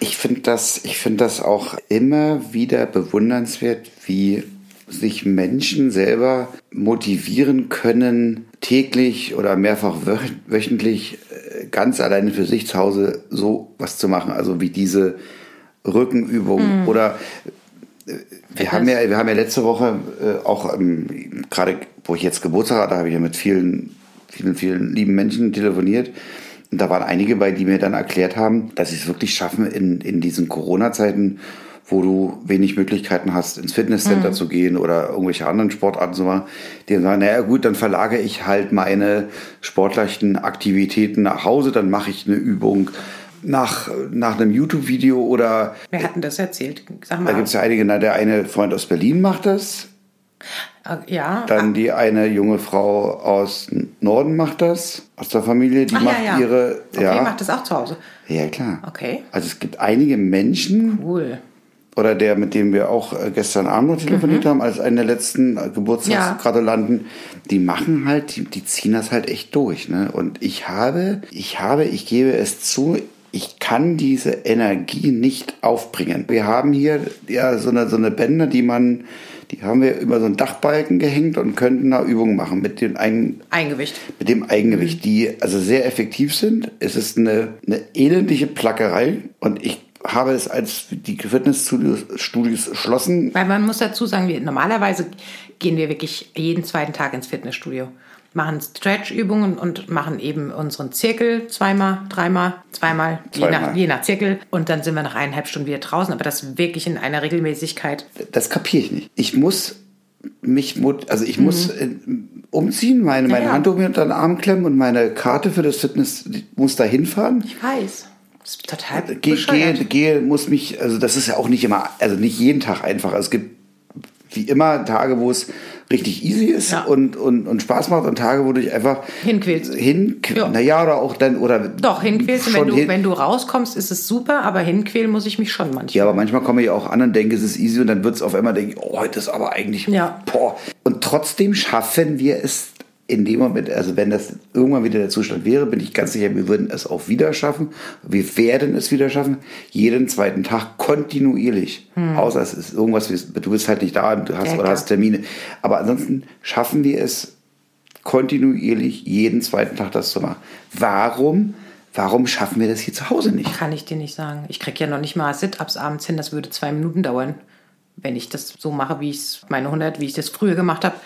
[SPEAKER 1] Ich finde das, ich finde das auch immer wieder bewundernswert, wie sich Menschen selber motivieren können, täglich oder mehrfach wöch- wöchentlich äh, ganz alleine für sich zu Hause so was zu machen. Also wie diese Rückenübung oder äh, wir haben ja, wir haben ja letzte Woche äh, auch ähm, gerade, wo ich jetzt Geburtstag hatte, habe ich ja mit vielen, vielen, vielen lieben Menschen telefoniert. Und da waren einige bei, die mir dann erklärt haben, dass sie es wirklich schaffen, in, in diesen Corona-Zeiten, wo du wenig Möglichkeiten hast, ins Fitnesscenter zu gehen oder irgendwelche anderen Sportarten zu machen, die dann sagen, naja gut, dann verlagere ich halt meine sportlichen Aktivitäten nach Hause, dann mache ich eine Übung nach, nach einem YouTube-Video oder
[SPEAKER 2] Wer hat denn das erzählt? Sag
[SPEAKER 1] da
[SPEAKER 2] mal.
[SPEAKER 1] gibt es ja einige, na, der eine Freund aus Berlin macht das,
[SPEAKER 2] Äh, ja,
[SPEAKER 1] dann die eine junge Frau aus Norden macht das, aus der Familie, die
[SPEAKER 2] Ach,
[SPEAKER 1] macht
[SPEAKER 2] Ah, ja, ja.
[SPEAKER 1] ihre,
[SPEAKER 2] okay,
[SPEAKER 1] ja,
[SPEAKER 2] macht das auch zu Hause.
[SPEAKER 1] ja klar.
[SPEAKER 2] Okay.
[SPEAKER 1] Also es gibt einige Menschen,
[SPEAKER 2] Cool.
[SPEAKER 1] oder der, mit dem wir auch äh, gestern Abend noch telefoniert haben, als einen der letzten äh, Geburtstagsgratulanten, die machen halt, die, die ziehen das halt echt durch. Ne? Und ich habe, ich habe, ich gebe es zu, ich kann diese Energie nicht aufbringen. Wir haben hier ja so eine, so eine Bänder, die man, die haben wir über so einen Dachbalken gehängt und könnten da Übungen machen mit den einen
[SPEAKER 2] Eingewicht.
[SPEAKER 1] mit dem Eigengewicht, die also sehr effektiv sind. Es ist eine, eine elendliche Plackerei und ich habe es als die Fitnessstudios Studios geschlossen.
[SPEAKER 2] Weil man muss dazu sagen, wir, normalerweise gehen wir wirklich jeden zweiten Tag ins Fitnessstudio, machen Stretch-Übungen und machen eben unseren Zirkel zweimal, dreimal, zweimal, je
[SPEAKER 1] Zweimal.
[SPEAKER 2] nach, je nach Zirkel. Und dann sind wir nach eineinhalb Stunden wieder draußen, aber das wirklich in einer Regelmäßigkeit.
[SPEAKER 1] Das kapiere ich nicht. Ich muss mich, mut- also ich muss äh, umziehen, meine, meine
[SPEAKER 2] ja.
[SPEAKER 1] Hand um mir unter den Arm klemmen und meine Karte für das Fitness die muss da hinfahren.
[SPEAKER 2] Ich weiß. Das ist total
[SPEAKER 1] Ge gehe,
[SPEAKER 2] bescheuert.
[SPEAKER 1] gehe, muss mich, also das ist ja auch nicht immer, also nicht jeden Tag einfach. Also Es gibt wie immer Tage, wo es richtig easy ist
[SPEAKER 2] Ja.
[SPEAKER 1] und, und, und Spaß macht und Tage, wo du dich einfach
[SPEAKER 2] Hinquälst.
[SPEAKER 1] Hin,
[SPEAKER 2] Ja.
[SPEAKER 1] Naja, oder auch dann, oder
[SPEAKER 2] Doch, hinquälen,
[SPEAKER 1] schon
[SPEAKER 2] wenn du,
[SPEAKER 1] hin-
[SPEAKER 2] wenn du rauskommst, ist es super, aber hinquälen muss ich mich schon
[SPEAKER 1] Ja,
[SPEAKER 2] manchmal.
[SPEAKER 1] aber manchmal komme ich auch an und denke, es ist easy und dann wird es auf einmal denken, oh, heute ist aber eigentlich,
[SPEAKER 2] Ja.
[SPEAKER 1] boah. Und trotzdem schaffen wir es in dem Moment, also wenn das irgendwann wieder der Zustand wäre, bin ich ganz sicher, wir würden es auch wieder schaffen. Wir werden es wieder schaffen. Jeden zweiten Tag kontinuierlich. Außer es ist irgendwas, wie- du bist halt nicht da und du hast,
[SPEAKER 2] Hm. Ja,
[SPEAKER 1] oder
[SPEAKER 2] klar.
[SPEAKER 1] hast Termine. Aber ansonsten schaffen wir es kontinuierlich jeden zweiten Tag das zu machen. Warum? Warum schaffen wir das hier zu Hause nicht?
[SPEAKER 2] Kann ich dir nicht sagen. Ich kriege ja noch nicht mal Sit-Ups abends hin. Das würde zwei Minuten dauern, wenn ich das so mache, wie ich es- meine 100, wie ich das früher gemacht habe.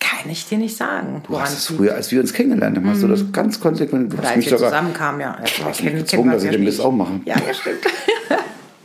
[SPEAKER 2] Kann ich dir nicht sagen.
[SPEAKER 1] Du
[SPEAKER 2] woran
[SPEAKER 1] hast
[SPEAKER 2] es
[SPEAKER 1] es
[SPEAKER 2] liegt.
[SPEAKER 1] früher, als wir uns kennengelernt haben, hast du
[SPEAKER 2] Mhm.
[SPEAKER 1] das ganz konsequent. Du
[SPEAKER 2] Oder
[SPEAKER 1] hast
[SPEAKER 2] als
[SPEAKER 1] mich
[SPEAKER 2] wir
[SPEAKER 1] sogar.
[SPEAKER 2] zusammenkamen, ja.
[SPEAKER 1] Du hast mich
[SPEAKER 2] Kennen- kennt
[SPEAKER 1] gezwungen,
[SPEAKER 2] man
[SPEAKER 1] dass ich
[SPEAKER 2] ja
[SPEAKER 1] dem das
[SPEAKER 2] nicht.
[SPEAKER 1] auch mache.
[SPEAKER 2] Ja, ja, stimmt. *laughs*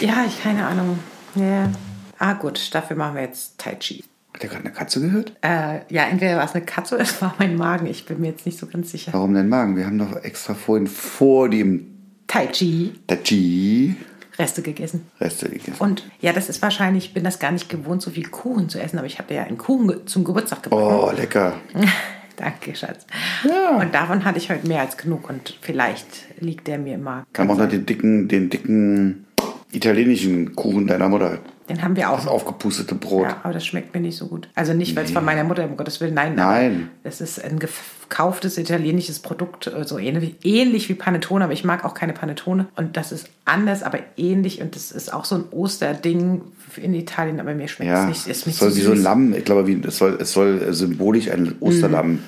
[SPEAKER 2] ja, ich keine Ahnung. Ja. Ah, gut, dafür machen wir jetzt Tai Chi.
[SPEAKER 1] Hat der gerade eine Katze gehört?
[SPEAKER 2] Äh, ja, entweder war es eine Katze oder es war mein Magen. Ich bin mir jetzt nicht so ganz sicher.
[SPEAKER 1] Warum denn Magen? Wir haben doch extra vorhin vor dem
[SPEAKER 2] Tai Chi,
[SPEAKER 1] Dachi
[SPEAKER 2] Reste gegessen.
[SPEAKER 1] Reste gegessen.
[SPEAKER 2] Und ja, das ist wahrscheinlich, ich bin das gar nicht gewohnt, so viel Kuchen zu essen, aber ich habe ja einen Kuchen ge- zum Geburtstag gebacken.
[SPEAKER 1] Oh, lecker.
[SPEAKER 2] *laughs* Danke, Schatz.
[SPEAKER 1] Ja.
[SPEAKER 2] Und davon hatte ich heute mehr als genug und vielleicht liegt der mir im Magen.
[SPEAKER 1] Wir haben auch noch den dicken, den dicken italienischen Kuchen deiner Mutter.
[SPEAKER 2] Den haben wir auch
[SPEAKER 1] Das
[SPEAKER 2] noch.
[SPEAKER 1] aufgepustete Brot.
[SPEAKER 2] Ja, aber das schmeckt mir nicht so gut. Also nicht, weil es von meiner Mutter, um Gottes Willen, nein.
[SPEAKER 1] Nein.
[SPEAKER 2] aber Es ist ein gekauftes italienisches Produkt, äh, so ähnlich, ähnlich wie Panettone, aber ich mag auch keine Panettone. Und das ist anders, aber ähnlich. Und das ist auch so ein Osterding in Italien, aber mir schmeckt
[SPEAKER 1] Ja,
[SPEAKER 2] es nicht. Ist mir
[SPEAKER 1] es soll
[SPEAKER 2] zu
[SPEAKER 1] wie so ein
[SPEAKER 2] süß.
[SPEAKER 1] Lamm, ich glaube, wie, es, soll, es soll symbolisch ein Osterlamm.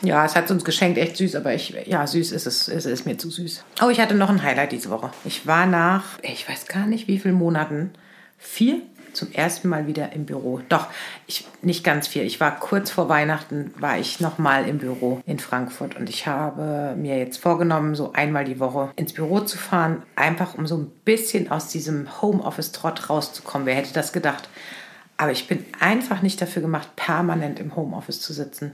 [SPEAKER 2] Ja, es hat uns geschenkt, echt süß, aber ich, ja, süß ist es, es ist mir zu süß. Oh, ich hatte noch ein Highlight diese Woche. Ich war nach, ich weiß gar nicht, wie vielen Monaten, vier, zum ersten Mal wieder im Büro. Doch, ich, nicht ganz vier. Ich war kurz vor Weihnachten, war ich nochmal im Büro in Frankfurt und ich habe mir jetzt vorgenommen, so einmal die Woche ins Büro zu fahren, einfach um so ein bisschen aus diesem Homeoffice-Trott rauszukommen. Wer hätte das gedacht? Aber ich bin einfach nicht dafür gemacht, permanent im Homeoffice zu sitzen.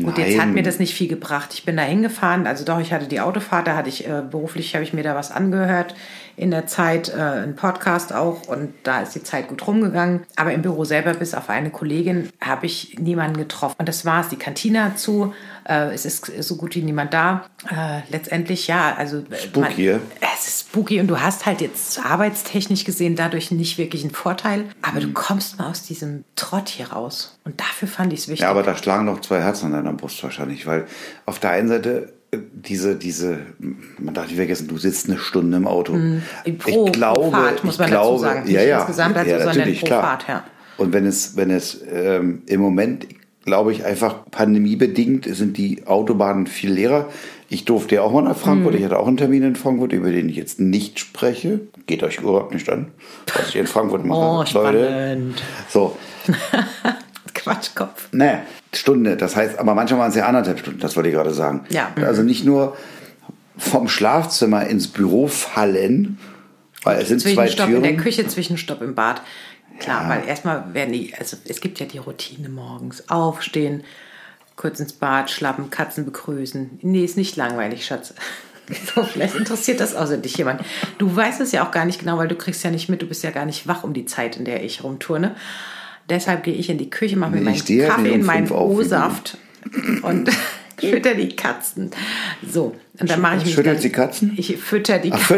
[SPEAKER 2] Gut, jetzt hat
[SPEAKER 1] Nein.
[SPEAKER 2] mir das nicht viel gebracht. Ich bin da hingefahren, also doch, ich hatte die Autofahrt, da hatte ich äh, beruflich, habe ich mir da was angehört in der Zeit, äh, einen Podcast auch und da ist die Zeit gut rumgegangen. Aber im Büro selber, bis auf eine Kollegin, habe ich niemanden getroffen. Und das war's, die Kantine hat zu, äh, es ist so gut wie niemand da. Äh, letztendlich, ja, also... äh,
[SPEAKER 1] Spooky, ja?
[SPEAKER 2] es ist spooky und du hast halt jetzt arbeitstechnisch gesehen dadurch nicht wirklich einen Vorteil, aber
[SPEAKER 1] Mhm.
[SPEAKER 2] du kommst mal aus diesem Trott hier raus. Und dafür fand ich es wichtig.
[SPEAKER 1] Ja, aber da schlagen doch zwei Herzen an deiner Brust wahrscheinlich, weil auf der einen Seite äh, diese, diese, man darf nicht vergessen, du sitzt eine Stunde im Auto.
[SPEAKER 2] Mhm. Pro- pro Fahrt, muss man dazu sagen.
[SPEAKER 1] Ja,
[SPEAKER 2] Nicht
[SPEAKER 1] ja.
[SPEAKER 2] insgesamt, also,
[SPEAKER 1] ja,
[SPEAKER 2] sondern
[SPEAKER 1] natürlich,
[SPEAKER 2] pro
[SPEAKER 1] klar.
[SPEAKER 2] Fahrt, ja.
[SPEAKER 1] Und wenn es, wenn es ähm, im Moment, glaube ich, einfach pandemiebedingt sind die Autobahnen viel leerer. Ich durfte ja auch mal nach Frankfurt.
[SPEAKER 2] Mhm.
[SPEAKER 1] Ich hatte auch einen Termin in Frankfurt, über den ich jetzt nicht spreche. Geht euch überhaupt nicht an, was ich in Frankfurt mache.
[SPEAKER 2] Oh, spannend.
[SPEAKER 1] So,
[SPEAKER 2] Quatschkopf.
[SPEAKER 1] Ne, Stunde. Das heißt, aber manchmal waren es ja anderthalb Stunden, das wollte ich gerade sagen.
[SPEAKER 2] Ja.
[SPEAKER 1] Also nicht nur vom Schlafzimmer ins Büro fallen, Weil es sind zwei
[SPEAKER 2] Zwischenstopp in der
[SPEAKER 1] Türen.
[SPEAKER 2] Küche, Zwischenstopp im Bad. Klar, weil erstmal werden die, also es gibt ja die Routine morgens. Aufstehen, kurz ins Bad, schlappen, Katzen begrüßen. Nee, ist nicht langweilig, Schatz. *laughs* So, vielleicht interessiert das außer dich jemand. Du weißt es ja auch gar nicht genau, weil du kriegst ja nicht mit, du bist ja gar nicht wach um die Zeit, in der ich rumturne. Deshalb gehe ich in die Küche, mache mir
[SPEAKER 1] Nee, ich
[SPEAKER 2] meinen
[SPEAKER 1] stehe halt
[SPEAKER 2] Kaffee
[SPEAKER 1] nicht um
[SPEAKER 2] in meinen
[SPEAKER 1] fünf auf, wie du.
[SPEAKER 2] O-Saft
[SPEAKER 1] *laughs*
[SPEAKER 2] und fütter die Katzen. So, und dann mache ich mich
[SPEAKER 1] Schüttelst
[SPEAKER 2] dann-
[SPEAKER 1] die Katzen?
[SPEAKER 2] Ich fütter die
[SPEAKER 1] Ach,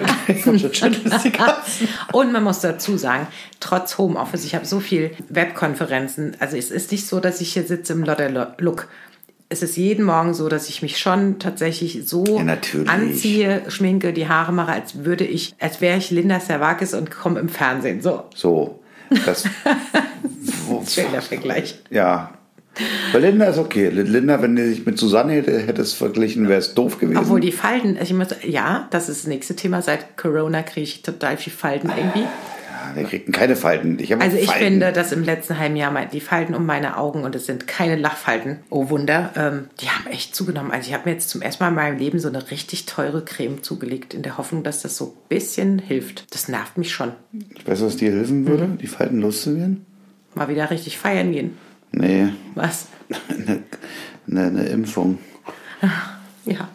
[SPEAKER 1] *laughs*
[SPEAKER 2] Katzen.
[SPEAKER 1] schüttelst- schüttelst
[SPEAKER 2] *laughs*
[SPEAKER 1] die Katzen.
[SPEAKER 2] Und man muss dazu sagen, trotz Homeoffice, ich habe so viel Webkonferenzen. Also es ist nicht so, dass ich hier sitze im Lodderlook. Es ist jeden Morgen so, dass ich mich schon tatsächlich so
[SPEAKER 1] Ja, natürlich.
[SPEAKER 2] anziehe, schminke, die Haare mache, als würde ich, als wäre ich Linda Servakis und komme im Fernsehen. So,
[SPEAKER 1] So.
[SPEAKER 2] *laughs*
[SPEAKER 1] Das, wo,
[SPEAKER 2] schöner Vergleich.
[SPEAKER 1] ja. Bei Linda ist okay. Linda, wenn du dich mit Susanne hätte, hättest verglichen, wäre es doof gewesen.
[SPEAKER 2] Obwohl die Falten, also ich muss, ja, das ist das nächste Thema. Seit Corona kriege ich total viel Falten irgendwie.
[SPEAKER 1] ja, wir kriegten keine Falten. Ich habe
[SPEAKER 2] Also ich
[SPEAKER 1] Falten.
[SPEAKER 2] finde, dass im letzten halben Jahr mein- die Falten um meine Augen und es sind keine Lachfalten. Oh Wunder, ähm, die haben echt zugenommen. Also ich habe mir jetzt zum ersten Mal in meinem Leben so eine richtig teure Creme zugelegt, in der Hoffnung, dass das so ein bisschen hilft. Das nervt mich schon.
[SPEAKER 1] Weißt du, was dir helfen würde,
[SPEAKER 2] Mhm.
[SPEAKER 1] die Falten loszuwerden?
[SPEAKER 2] Mal wieder richtig feiern gehen.
[SPEAKER 1] Nee, *laughs*
[SPEAKER 2] Was?
[SPEAKER 1] eine, eine, eine Impfung.
[SPEAKER 2] Ja.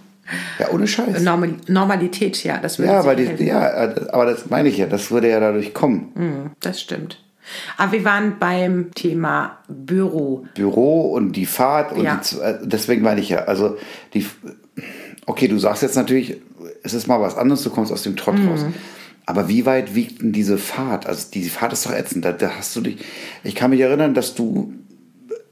[SPEAKER 1] Ja, ohne Scheiß.
[SPEAKER 2] Normal Normalität, ja, das würde
[SPEAKER 1] Ja,
[SPEAKER 2] sicher
[SPEAKER 1] weil die,
[SPEAKER 2] helfen.
[SPEAKER 1] ja, äh, aber das meine ich ja, das würde ja dadurch kommen.
[SPEAKER 2] Mhm. Hm, Das stimmt. Aber wir waren beim Thema Büro.
[SPEAKER 1] Büro und die Fahrt und
[SPEAKER 2] Ja.
[SPEAKER 1] die, Z- äh, deswegen meine ich ja, also die okay, du sagst jetzt natürlich, es ist mal was anderes, du kommst aus dem Trott raus.
[SPEAKER 2] Mhm.
[SPEAKER 1] Aber wie weit wiegt denn diese Fahrt? Also diese Fahrt ist doch ätzend. Da, da hast du dich. Ich kann mich erinnern, dass du,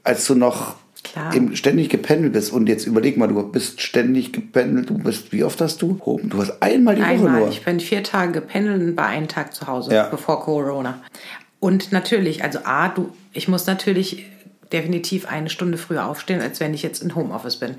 [SPEAKER 1] als du noch
[SPEAKER 2] Klar.
[SPEAKER 1] eben ständig gependelt bist und jetzt überleg mal, du bist ständig gependelt, du bist, wie oft hast du? Du hast einmal die Woche
[SPEAKER 2] Einmal.
[SPEAKER 1] nur.
[SPEAKER 2] Ich bin vier Tage gependelt und war einen Tag zu Hause,
[SPEAKER 1] Ja.
[SPEAKER 2] bevor Corona. Und natürlich, also A, du, ich muss natürlich definitiv eine Stunde früher aufstehen, als wenn ich jetzt in Homeoffice bin.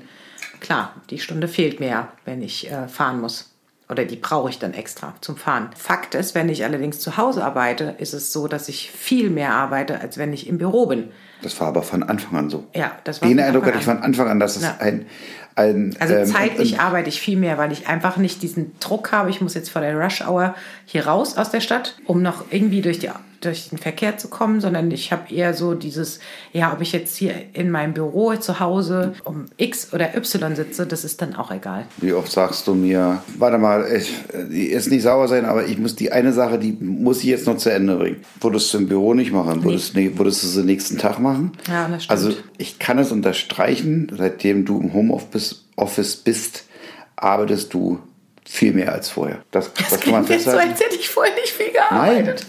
[SPEAKER 2] Klar, die Stunde fehlt mir ja, wenn ich äh, fahren muss. Oder die brauche ich dann extra zum Fahren. Fakt ist, wenn ich allerdings zu Hause arbeite, ist es so, dass ich viel mehr arbeite, als wenn ich im Büro bin.
[SPEAKER 1] Das war aber von Anfang an so.
[SPEAKER 2] Ja, das war
[SPEAKER 1] Den
[SPEAKER 2] von
[SPEAKER 1] Eindruck
[SPEAKER 2] Anfang
[SPEAKER 1] hatte ich
[SPEAKER 2] an.
[SPEAKER 1] von Anfang an, dass es
[SPEAKER 2] Ja.
[SPEAKER 1] ein, ein.
[SPEAKER 2] Also
[SPEAKER 1] ähm,
[SPEAKER 2] zeitlich arbeite ich viel mehr, weil ich einfach nicht diesen Druck habe. Ich muss jetzt vor der Rush Hour hier raus aus der Stadt, um noch irgendwie durch, die, durch den Verkehr zu kommen, sondern ich habe eher so dieses, ja, ob ich jetzt hier in meinem Büro zu Hause um X oder Y sitze, das ist dann auch egal.
[SPEAKER 1] Wie oft sagst du mir, warte mal, ich, ich ist nicht sauer sein, aber ich muss die eine Sache, die muss ich jetzt noch zu Ende bringen. Würdest du im Büro nicht machen? Würdest, nee. würdest du es den nächsten Tag machen?
[SPEAKER 2] Ja, das stimmt.
[SPEAKER 1] Also ich kann es unterstreichen, seitdem du im Homeoffice Office bist, arbeitest du viel mehr als vorher. Das, das, kann man
[SPEAKER 2] klingt jetzt so,
[SPEAKER 1] festhalten.
[SPEAKER 2] als hätte ich vorher nicht viel gearbeitet.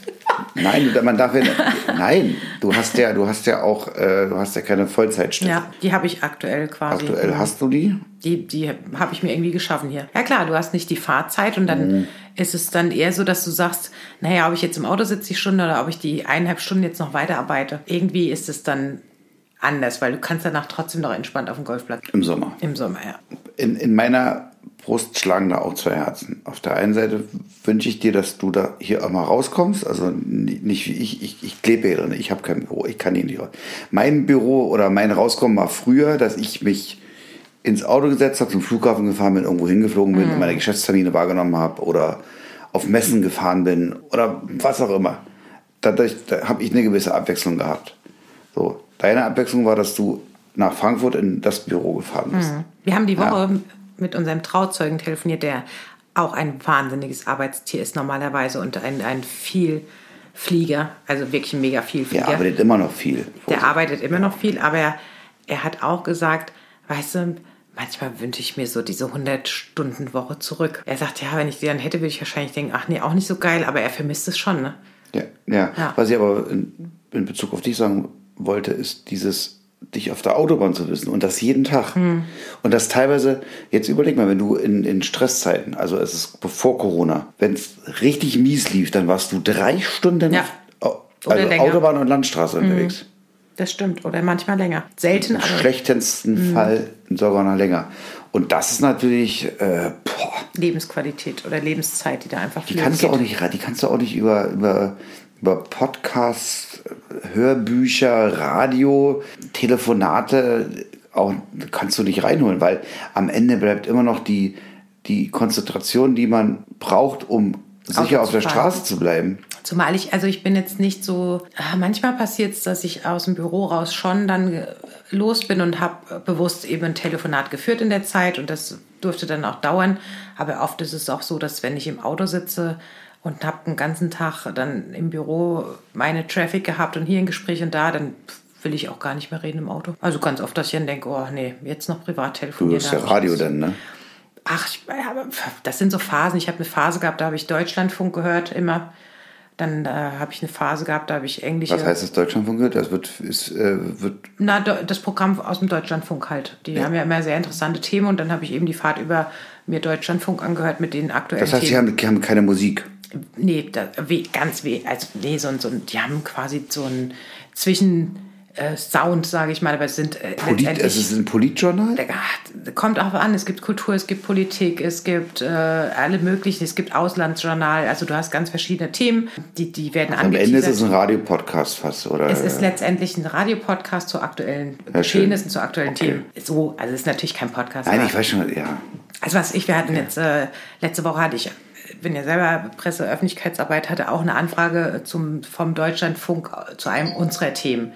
[SPEAKER 1] Nein, nein, man darf ja, nein, du hast ja, du hast ja auch, äh, du hast ja keine Vollzeitstelle.
[SPEAKER 2] Ja, die habe ich aktuell quasi.
[SPEAKER 1] Aktuell hast du die?
[SPEAKER 2] Die, die habe ich mir irgendwie geschaffen hier. Ja klar, du hast nicht die Fahrzeit und dann ist es dann eher so, dass du sagst, naja, ob ich jetzt im Auto sitze die Stunde oder ob ich die eineinhalb Stunden jetzt noch weiterarbeite. Irgendwie ist es dann anders, weil du kannst danach trotzdem noch entspannt auf dem Golfplatz.
[SPEAKER 1] Im Sommer.
[SPEAKER 2] Im Sommer, ja.
[SPEAKER 1] in, in meiner Brust schlagen da auch zwei Herzen. Auf der einen Seite wünsche ich dir, dass du da hier auch mal rauskommst. Also ni- nicht wie ich, ich, ich klebe hier drin, ich habe kein Büro, ich kann hier nicht raus. Mein Büro oder mein Rauskommen war früher, dass ich mich ins Auto gesetzt habe, zum Flughafen gefahren bin, irgendwo hingeflogen bin, meine Geschäftstermine wahrgenommen habe oder auf Messen gefahren bin oder was auch immer. Dadurch da habe ich eine gewisse Abwechslung gehabt. So, deine Abwechslung war, dass du nach Frankfurt in das Büro gefahren bist.
[SPEAKER 2] Wir haben die Woche mit unserem Trauzeugen telefoniert, der auch ein wahnsinniges Arbeitstier ist normalerweise und ein, ein Vielflieger, also wirklich ein mega Vielflieger.
[SPEAKER 1] Der arbeitet immer noch viel.
[SPEAKER 2] Der arbeitet immer noch viel, aber er, er hat auch gesagt, weißt du, manchmal wünsche ich mir so diese 100-Stunden-Woche zurück. Er sagt, ja, wenn ich die dann hätte, würde ich wahrscheinlich denken, ach nee, auch nicht so geil, aber er vermisst es schon, ne?
[SPEAKER 1] Ja, ja.
[SPEAKER 2] Ja.
[SPEAKER 1] Was ich aber in, in Bezug auf dich sagen wollte, ist dieses, dich auf der Autobahn zu wissen und das jeden Tag.
[SPEAKER 2] Hm.
[SPEAKER 1] Und das teilweise, jetzt überleg mal, wenn du in, in Stresszeiten, also es ist bevor Corona, wenn es richtig mies lief, dann warst du drei Stunden
[SPEAKER 2] Ja.
[SPEAKER 1] auf,
[SPEAKER 2] Oder
[SPEAKER 1] also
[SPEAKER 2] länger. Hm.
[SPEAKER 1] Autobahn und Landstraße unterwegs.
[SPEAKER 2] Das stimmt, oder manchmal länger. Selten,
[SPEAKER 1] Im
[SPEAKER 2] aber Hm.
[SPEAKER 1] schlechtesten Fall sogar noch länger. Und das ist natürlich, äh, boah,
[SPEAKER 2] Lebensqualität oder Lebenszeit, die da einfach
[SPEAKER 1] Die
[SPEAKER 2] flöten
[SPEAKER 1] kannst du
[SPEAKER 2] geht.
[SPEAKER 1] auch nicht, ra- die kannst du auch nicht über, über, über Podcasts, Hörbücher, Radio, Telefonate auch kannst du nicht reinholen, weil am Ende bleibt immer noch die, die Konzentration, die man braucht, um sicher auf der
[SPEAKER 2] fahren.
[SPEAKER 1] Straße zu bleiben.
[SPEAKER 2] Zumal ich, also ich bin jetzt nicht so, ah, manchmal passiert es, dass ich aus dem Büro raus schon dann äh, los bin und habe bewusst eben ein Telefonat geführt in der Zeit und das durfte dann auch dauern. Aber oft ist es auch so, dass wenn ich im Auto sitze und habe den ganzen Tag dann im Büro meine Traffic gehabt und hier ein Gespräch und da, dann will ich auch gar nicht mehr reden im Auto. Also ganz oft, dass ich dann denke, oh nee, jetzt noch privat
[SPEAKER 1] Du
[SPEAKER 2] telefonieren.
[SPEAKER 1] hörst
[SPEAKER 2] da
[SPEAKER 1] ja
[SPEAKER 2] hab ich
[SPEAKER 1] Radio
[SPEAKER 2] nichts.
[SPEAKER 1] dann, ne?
[SPEAKER 2] Ach, ich, aber das sind so Phasen. Ich habe eine Phase gehabt, da habe ich Deutschlandfunk gehört immer. Dann äh, habe ich eine Phase gehabt, da habe ich englische.
[SPEAKER 1] Was heißt das Deutschlandfunk gehört? Das wird, ist, äh, wird
[SPEAKER 2] Na, do- das Programm aus dem Deutschlandfunk halt. Die haben ja immer sehr interessante Themen und dann habe ich eben die Fahrt über mir Deutschlandfunk angehört mit den aktuellen
[SPEAKER 1] das heißt, sie
[SPEAKER 2] Themen.
[SPEAKER 1] haben, die haben keine Musik.
[SPEAKER 2] Nee, da, we, ganz weh. Also, nee, so, ein- so, ein- die haben quasi so einen Zwischen. äh, Sound, sage ich mal, aber es sind äh,
[SPEAKER 1] Polit, also es ist ein Politjournal?
[SPEAKER 2] Ah, kommt auch an. Es gibt Kultur, es gibt Politik, es gibt äh, alle möglichen, es gibt Auslandsjournal. Also du hast ganz verschiedene Themen, die, die werden
[SPEAKER 1] Also Am Ende ist
[SPEAKER 2] angeteasert.
[SPEAKER 1] es ein Radiopodcast fast, oder?
[SPEAKER 2] Es ist letztendlich ein Radiopodcast zu aktuellen
[SPEAKER 1] schön.
[SPEAKER 2] Geschehnissen, zu aktuellen
[SPEAKER 1] Okay.
[SPEAKER 2] Themen. So, also es ist natürlich kein Podcast.
[SPEAKER 1] Nein,
[SPEAKER 2] aber-
[SPEAKER 1] ich weiß schon, ja.
[SPEAKER 2] also was ich, wir hatten jetzt, äh, letzte Woche hatte ich, äh, bin ja selber Presse, Öffentlichkeitsarbeit, hatte auch eine Anfrage zum, vom Deutschlandfunk äh, zu einem unserer Themen.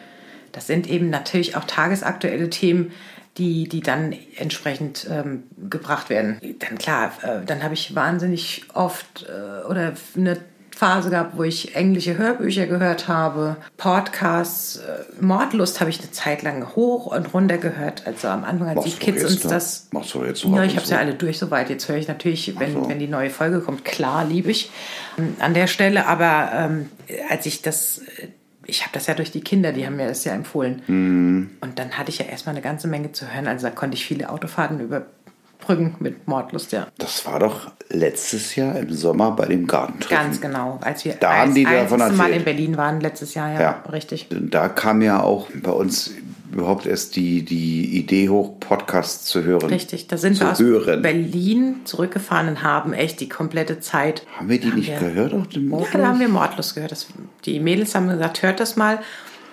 [SPEAKER 2] Das sind eben natürlich auch tagesaktuelle Themen, die, die dann entsprechend ähm, gebracht werden. Dann klar, äh, dann habe ich wahnsinnig oft äh, oder eine Phase gehabt, wo ich englische Hörbücher gehört habe, Podcasts, äh, Mordlust habe ich eine Zeit lang hoch und runter gehört. Also am Anfang, als die
[SPEAKER 1] Machst du
[SPEAKER 2] Kids
[SPEAKER 1] jetzt
[SPEAKER 2] uns
[SPEAKER 1] noch?
[SPEAKER 2] das
[SPEAKER 1] Machst du jetzt noch
[SPEAKER 2] ja,
[SPEAKER 1] ab
[SPEAKER 2] ich
[SPEAKER 1] und
[SPEAKER 2] habe es
[SPEAKER 1] zu?
[SPEAKER 2] ja alle durch soweit. Jetzt höre ich natürlich, wenn,
[SPEAKER 1] so.
[SPEAKER 2] wenn die neue Folge kommt, klar, liebe ich ähm, an der Stelle. Aber ähm, als ich das, äh, ich habe das ja durch die Kinder, die haben mir das ja empfohlen.
[SPEAKER 1] Mhm.
[SPEAKER 2] Und dann hatte ich ja erstmal eine ganze Menge zu hören. Also da konnte ich viele Autofahrten überbrücken mit Mordlust, ja.
[SPEAKER 1] Das war doch letztes Jahr im Sommer bei dem Gartentreffen.
[SPEAKER 2] Ganz genau. Als wir
[SPEAKER 1] Da haben
[SPEAKER 2] als
[SPEAKER 1] die davon
[SPEAKER 2] einziges Mal
[SPEAKER 1] erzählt.
[SPEAKER 2] in Berlin waren letztes Jahr, ja,
[SPEAKER 1] Ja.
[SPEAKER 2] richtig.
[SPEAKER 1] Da kam ja auch bei uns überhaupt erst die, die Idee hoch, Podcasts zu hören.
[SPEAKER 2] Richtig, da sind
[SPEAKER 1] zu
[SPEAKER 2] wir aus
[SPEAKER 1] hören.
[SPEAKER 2] Berlin zurückgefahren und haben echt die komplette Zeit.
[SPEAKER 1] Haben wir die nicht gehört auf dem Auto?
[SPEAKER 2] Ja, da haben wir Mordlos gehört. Das, die Mädels haben gesagt, hört das mal.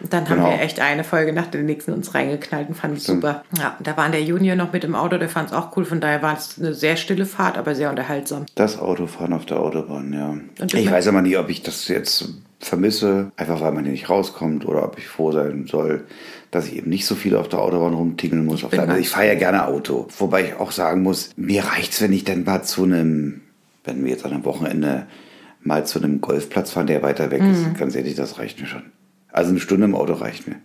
[SPEAKER 2] Und dann
[SPEAKER 1] Genau.
[SPEAKER 2] haben wir echt eine Folge nach der nächsten uns reingeknallt und fanden es super. Ja, da waren der Junior noch mit im Auto, der fand es auch cool. Von daher war es eine sehr stille Fahrt, aber sehr unterhaltsam.
[SPEAKER 1] Das Autofahren auf der Autobahn, ja.
[SPEAKER 2] Und du-
[SPEAKER 1] Ich weiß aber nie, ob ich das jetzt vermisse, einfach weil man hier nicht rauskommt oder ob ich froh sein soll, dass ich eben nicht so viel auf der Autobahn rumtingeln muss. Auf der
[SPEAKER 2] bin
[SPEAKER 1] anderen-
[SPEAKER 2] ganz
[SPEAKER 1] ich fahre ja gerne Auto. Wobei ich auch sagen muss, mir reicht's, wenn ich dann mal zu einem, wenn wir jetzt an einem Wochenende mal zu einem Golfplatz fahren, der weiter weg
[SPEAKER 2] Mhm.
[SPEAKER 1] ist. Ganz ehrlich, das reicht mir schon. Also eine Stunde im Auto reicht mir.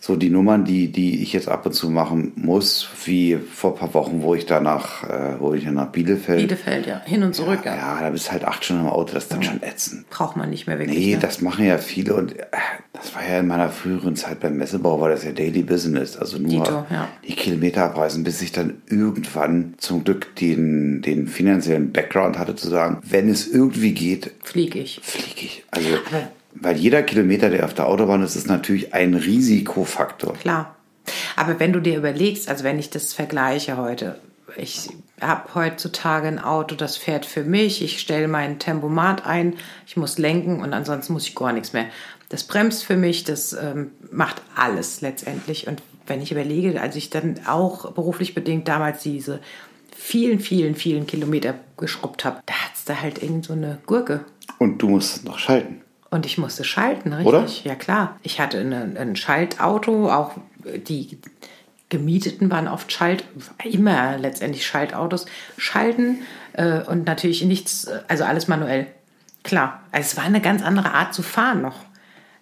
[SPEAKER 1] So die Nummern, die, die ich jetzt ab und zu machen muss, wie vor ein paar Wochen, wo ich danach, äh, wo ich nach Bielefeld
[SPEAKER 2] Bielefeld, ja, hin und zurück. Ja,
[SPEAKER 1] ja, da bist du halt acht Stunden im Auto, das ist dann schon ätzend.
[SPEAKER 2] Braucht man nicht mehr wirklich.
[SPEAKER 1] Nee,
[SPEAKER 2] ne?
[SPEAKER 1] das machen ja viele und äh, das war ja in meiner früheren Zeit beim Messebau, war das ja Daily Business. Also nur
[SPEAKER 2] Dito, ja.
[SPEAKER 1] die Kilometer abreißen, bis ich dann irgendwann zum Glück den, den finanziellen Background hatte, zu sagen, wenn es irgendwie geht,
[SPEAKER 2] Flieg ich.
[SPEAKER 1] fliege ich. Also, weil jeder Kilometer, der auf der Autobahn ist, ist natürlich ein Risikofaktor.
[SPEAKER 2] Klar. Aber wenn du dir überlegst, also wenn ich das vergleiche heute, ich habe heutzutage ein Auto, das fährt für mich, ich stelle mein Tempomat ein, ich muss lenken und ansonsten muss ich gar nichts mehr. Das bremst für mich, das ähm, macht alles letztendlich. Und wenn ich überlege, als ich dann auch beruflich bedingt damals diese vielen, vielen, vielen Kilometer geschrubbt habe, da hat's da halt irgend so eine Gurke.
[SPEAKER 1] Und du musst noch schalten.
[SPEAKER 2] Und ich musste schalten, richtig?
[SPEAKER 1] Oder?
[SPEAKER 2] Ja, klar. Ich hatte eine, ein Schaltauto, auch die Gemieteten waren oft Schalt, immer letztendlich Schaltautos. Schalten äh, und natürlich nichts, äh, also alles manuell. Klar. Also es war eine ganz andere Art zu fahren noch.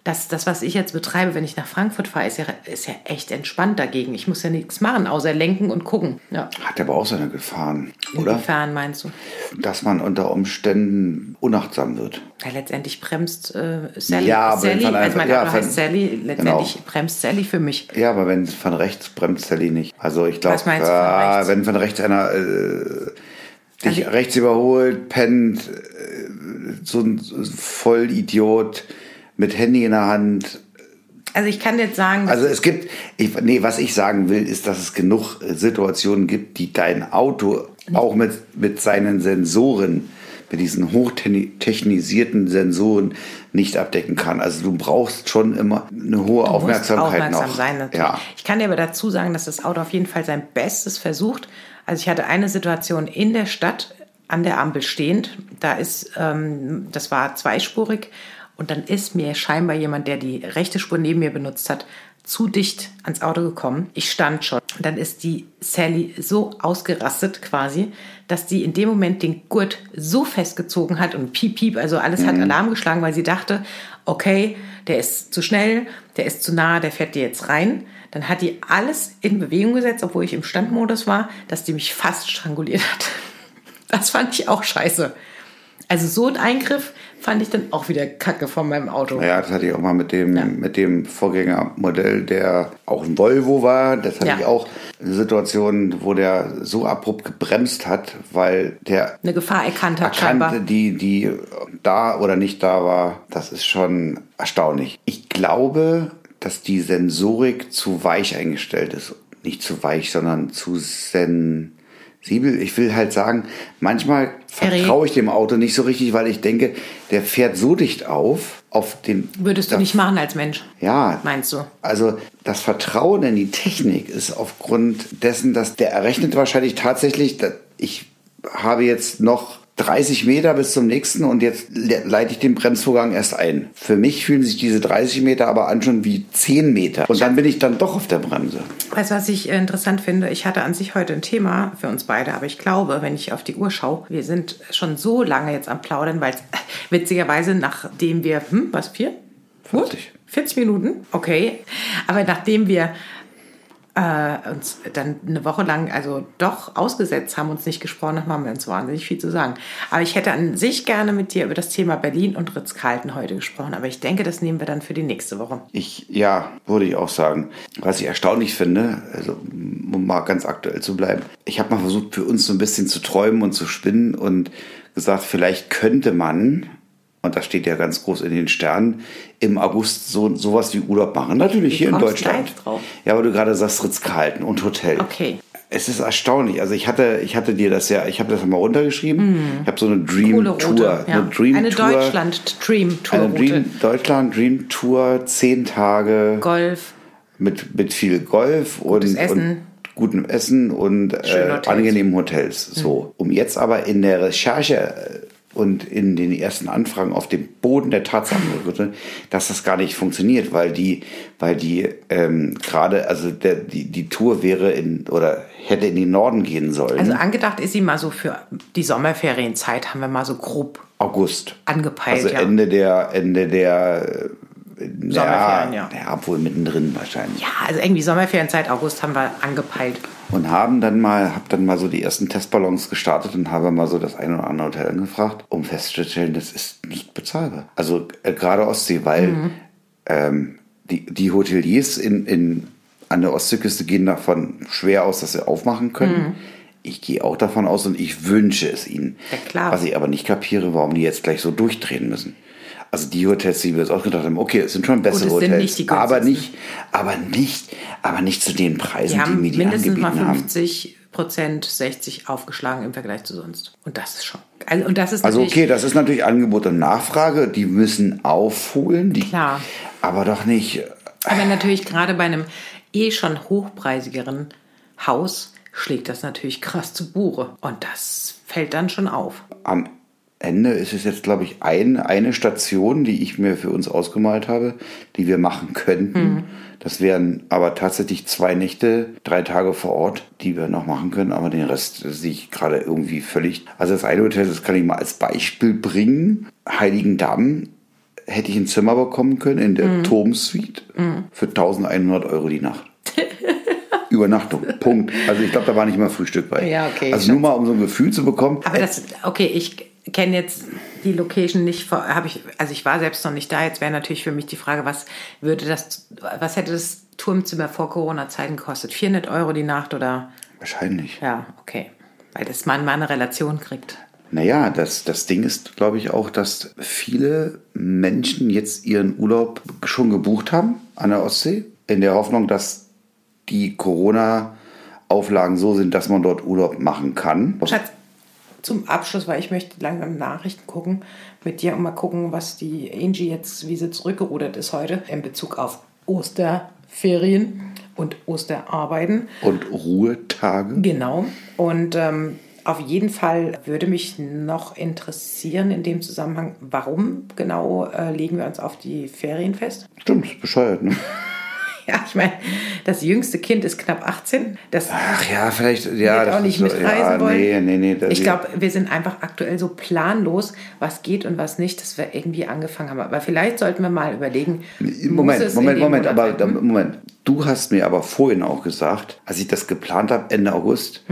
[SPEAKER 2] Das, das, was ich jetzt betreibe, wenn ich nach Frankfurt fahre, ist ja, ist ja echt entspannt dagegen. Ich muss ja nichts machen, außer lenken und gucken. Ja.
[SPEAKER 1] Hat aber auch seine Gefahren, oder?
[SPEAKER 2] Inwiefern meinst du?
[SPEAKER 1] Dass man unter Umständen unachtsam wird.
[SPEAKER 2] Ja, letztendlich bremst äh, Sally.
[SPEAKER 1] Ja, aber
[SPEAKER 2] Sally,
[SPEAKER 1] von
[SPEAKER 2] also
[SPEAKER 1] einem-
[SPEAKER 2] mein
[SPEAKER 1] ja, genau.
[SPEAKER 2] Auto
[SPEAKER 1] von-
[SPEAKER 2] heißt Sally, letztendlich bremst Sally für mich.
[SPEAKER 1] Ja, aber wenn von rechts bremst Sally nicht. Also ich glaube,
[SPEAKER 2] Was meinst du von rechts?
[SPEAKER 1] wenn von rechts einer äh, dich
[SPEAKER 2] Also-
[SPEAKER 1] rechts überholt, pennt, äh, so ein Vollidiot mit Handy in der Hand.
[SPEAKER 2] Also ich kann jetzt sagen,
[SPEAKER 1] Also es gibt, ich, nee, was ich sagen will, ist, dass es genug äh, Situationen gibt, die dein Auto auch mit, mit seinen Sensoren, mit diesen hochtechnisierten Sensoren nicht abdecken kann. Also du brauchst schon immer eine hohe
[SPEAKER 2] du musst
[SPEAKER 1] Aufmerksamkeit
[SPEAKER 2] aufmerksam
[SPEAKER 1] noch.
[SPEAKER 2] sein. Natürlich.
[SPEAKER 1] Ja.
[SPEAKER 2] Ich kann dir aber dazu sagen, dass das Auto auf jeden Fall sein Bestes versucht. Also ich hatte eine Situation in der Stadt an der Ampel stehend. Da ist, ähm, das war zweispurig und dann ist mir scheinbar jemand, der die rechte Spur neben mir benutzt hat, zu dicht ans Auto gekommen. Ich stand schon. Und dann ist die Sally so ausgerastet quasi, dass die in dem Moment den Gurt so festgezogen hat und piep, piep, also alles
[SPEAKER 1] Mhm.
[SPEAKER 2] hat Alarm geschlagen, weil sie dachte, okay, der ist zu schnell, der ist zu nah, der fährt dir jetzt rein. Dann hat die alles in Bewegung gesetzt, obwohl ich im Standmodus war, dass die mich fast stranguliert hat. *laughs* Das fand ich auch scheiße. Also so ein Eingriff fand ich dann auch wieder Kacke von meinem Auto.
[SPEAKER 1] Ja, das hatte ich auch mal mit dem, mit dem Vorgängermodell, der auch ein Volvo war. Das hatte
[SPEAKER 2] Ja.
[SPEAKER 1] ich auch. Eine Situation, wo der so abrupt gebremst hat, weil der
[SPEAKER 2] Eine Gefahr erkannt hat scheinbar.
[SPEAKER 1] erkannte, die, die da oder nicht da war. Das ist schon erstaunlich. Ich glaube, dass die Sensorik zu weich eingestellt ist. Nicht zu weich, sondern zu sensibel. Ich will halt sagen, manchmal
[SPEAKER 2] Erregt.
[SPEAKER 1] vertraue ich dem Auto nicht so richtig, weil ich denke, der fährt so dicht auf, auf den...
[SPEAKER 2] Würdest du
[SPEAKER 1] da-
[SPEAKER 2] nicht machen als Mensch,
[SPEAKER 1] Ja,
[SPEAKER 2] meinst du?
[SPEAKER 1] also das Vertrauen in die Technik ist aufgrund dessen, dass der errechnet wahrscheinlich tatsächlich, dass ich habe jetzt noch 30 Meter bis zum nächsten und jetzt le- leite ich den Bremsvorgang erst ein. Für mich fühlen sich diese 30 Meter aber an schon wie 10 Meter. Und dann bin ich dann doch auf der Bremse.
[SPEAKER 2] Weißt du, was ich äh, interessant finde? Ich hatte an sich heute ein Thema für uns beide, aber ich glaube, wenn ich auf die Uhr schaue, wir sind schon so lange jetzt am Plaudern, weil es *laughs* witzigerweise, nachdem wir, hm, was, vier? Gut,
[SPEAKER 1] 40.
[SPEAKER 2] 40 Minuten, okay. Aber nachdem wir äh, uns dann eine Woche lang also doch ausgesetzt haben, uns nicht gesprochen haben, haben wir uns wahnsinnig viel zu sagen. Aber ich hätte an sich gerne mit dir über das Thema Berlin und Ritz-Carlton heute gesprochen, aber ich denke, das nehmen wir dann für die nächste Woche.
[SPEAKER 1] Ich, ja, würde ich auch sagen. Was ich erstaunlich finde, also um mal ganz aktuell zu bleiben, ich habe mal versucht, für uns so ein bisschen zu träumen und zu spinnen und gesagt, vielleicht könnte man, und das steht ja ganz groß in den Sternen, im August so sowas wie Urlaub machen. Natürlich hier in
[SPEAKER 2] kommst
[SPEAKER 1] Deutschland.
[SPEAKER 2] gleich drauf.
[SPEAKER 1] Ja, aber du gerade sagst Ritz-Carlton und Hotel.
[SPEAKER 2] Okay.
[SPEAKER 1] Es ist erstaunlich. Also ich hatte, ich hatte dir das ja, ich habe das mal runtergeschrieben. Ich habe so eine Dream
[SPEAKER 2] Mhm. Coole Route.
[SPEAKER 1] Tour,
[SPEAKER 2] ja.
[SPEAKER 1] eine Dream
[SPEAKER 2] eine
[SPEAKER 1] Tour, eine
[SPEAKER 2] Deutschland-Dream-Tour-Route.
[SPEAKER 1] Dream, Deutschland Dream Tour, zehn Tage
[SPEAKER 2] Golf.
[SPEAKER 1] mit, mit viel Golf und,
[SPEAKER 2] Essen.
[SPEAKER 1] und gutem Essen und äh,
[SPEAKER 2] Schönen Hotels. Mhm.
[SPEAKER 1] angenehmen Hotels. So, um jetzt aber in der Recherche äh, und in den ersten Anfragen auf dem Boden der
[SPEAKER 2] *laughs*
[SPEAKER 1] Tatsachen, gerüttelt, dass das gar nicht funktioniert, weil die, weil die ähm, gerade, also der, die, die Tour wäre in oder hätte in den Norden gehen sollen.
[SPEAKER 2] Also angedacht ist sie mal so für die Sommerferienzeit, haben wir mal so grob
[SPEAKER 1] August.
[SPEAKER 2] angepeilt.
[SPEAKER 1] Also
[SPEAKER 2] ja.
[SPEAKER 1] Ende der Ende der äh,
[SPEAKER 2] Sommerferien, ja.
[SPEAKER 1] ja, obwohl mittendrin wahrscheinlich.
[SPEAKER 2] ja, also irgendwie Sommerferienzeit, August haben wir angepeilt.
[SPEAKER 1] und haben dann mal, hab dann mal so die ersten Testballons gestartet und habe mal so das ein oder andere Hotel angefragt, um festzustellen, das ist nicht bezahlbar. Also äh, gerade Ostsee, weil
[SPEAKER 2] Mhm.
[SPEAKER 1] ähm, die, die Hoteliers in, in, an der Ostseeküste gehen davon schwer aus, dass sie aufmachen können.
[SPEAKER 2] Mhm.
[SPEAKER 1] Ich gehe auch davon aus und ich wünsche es ihnen.
[SPEAKER 2] Ja, klar.
[SPEAKER 1] Was ich aber nicht kapiere, warum die jetzt gleich so durchdrehen müssen. Also die Hotels, die wir jetzt auch gedacht haben, okay, es sind schon bessere
[SPEAKER 2] es sind
[SPEAKER 1] Hotels,
[SPEAKER 2] nicht die
[SPEAKER 1] aber
[SPEAKER 2] günstigsten.
[SPEAKER 1] nicht, aber nicht, aber nicht zu den Preisen,
[SPEAKER 2] Wir
[SPEAKER 1] die
[SPEAKER 2] haben
[SPEAKER 1] mir die
[SPEAKER 2] mindestens
[SPEAKER 1] angeboten
[SPEAKER 2] mal
[SPEAKER 1] haben.
[SPEAKER 2] 50 Prozent, 60 aufgeschlagen im Vergleich zu sonst. Und das ist schon. Also, und das ist
[SPEAKER 1] Also
[SPEAKER 2] natürlich-
[SPEAKER 1] okay, das ist natürlich Angebot und Nachfrage, die müssen aufholen, die,
[SPEAKER 2] Klar.
[SPEAKER 1] aber doch nicht. äh,
[SPEAKER 2] Aber natürlich gerade bei einem eh schon hochpreisigeren Haus schlägt das natürlich krass zu Buche. Und das fällt dann schon auf.
[SPEAKER 1] Am Ende ist es jetzt, glaube ich, ein, eine Station, die ich mir für uns ausgemalt habe, die wir machen könnten.
[SPEAKER 2] Mhm.
[SPEAKER 1] Das wären aber tatsächlich zwei Nächte, drei Tage vor Ort, die wir noch machen können, aber den Rest sehe ich gerade irgendwie völlig. Also das eine Hotel, das kann ich mal als Beispiel bringen, Heiligendamm. Hätte ich ein Zimmer bekommen können in der
[SPEAKER 2] Mhm.
[SPEAKER 1] Turmsuite für 1100 Euro die Nacht. Übernachtung. Punkt. Also ich glaube, da war nicht mal Frühstück bei.
[SPEAKER 2] Ja, okay,
[SPEAKER 1] Also nur mal, um so ein Gefühl zu bekommen.
[SPEAKER 2] Aber das, okay, ich kenne jetzt die Location nicht, habe ich, also ich war selbst noch nicht da. Jetzt wäre natürlich für mich die Frage, was würde das, was hätte das Turmzimmer vor Corona-Zeiten gekostet? 400 Euro die Nacht oder?
[SPEAKER 1] Wahrscheinlich.
[SPEAKER 2] Ja, okay. Weil das man mal eine Relation kriegt.
[SPEAKER 1] Naja, das, das Ding ist, glaube ich, auch, dass viele Menschen jetzt ihren Urlaub schon gebucht haben an der Ostsee, in der Hoffnung, dass die Corona-Auflagen so sind, dass man dort Urlaub machen kann.
[SPEAKER 2] Schatz, zum Abschluss, weil ich möchte langsam Nachrichten gucken mit dir und mal gucken, was die Angie jetzt, wie sie zurückgerudert ist heute in Bezug auf Osterferien und Osterarbeiten.
[SPEAKER 1] Und Ruhetage.
[SPEAKER 2] Genau. Und ähm, Auf jeden Fall würde mich noch interessieren in dem Zusammenhang, warum genau äh, legen wir uns auf die Ferien fest? *laughs*
[SPEAKER 1] Stimmt, ist bescheuert, ne?
[SPEAKER 2] Ja, ich meine, das jüngste Kind ist knapp 18. Das
[SPEAKER 1] Ach ja, vielleicht, ja.
[SPEAKER 2] hätte auch nicht
[SPEAKER 1] ist so-
[SPEAKER 2] mitreisen
[SPEAKER 1] ja,
[SPEAKER 2] wollen.
[SPEAKER 1] Nee, nee, nee. das-
[SPEAKER 2] ich glaube, wir sind einfach aktuell so planlos, was geht und was nicht, dass wir irgendwie angefangen haben. Aber vielleicht sollten wir mal überlegen. muss es
[SPEAKER 1] Moment, Moment,
[SPEAKER 2] in dem
[SPEAKER 1] Moment,
[SPEAKER 2] Monat
[SPEAKER 1] aber
[SPEAKER 2] sein?
[SPEAKER 1] da- Moment. Du hast mir aber vorhin auch gesagt, als ich das geplant habe, Ende August,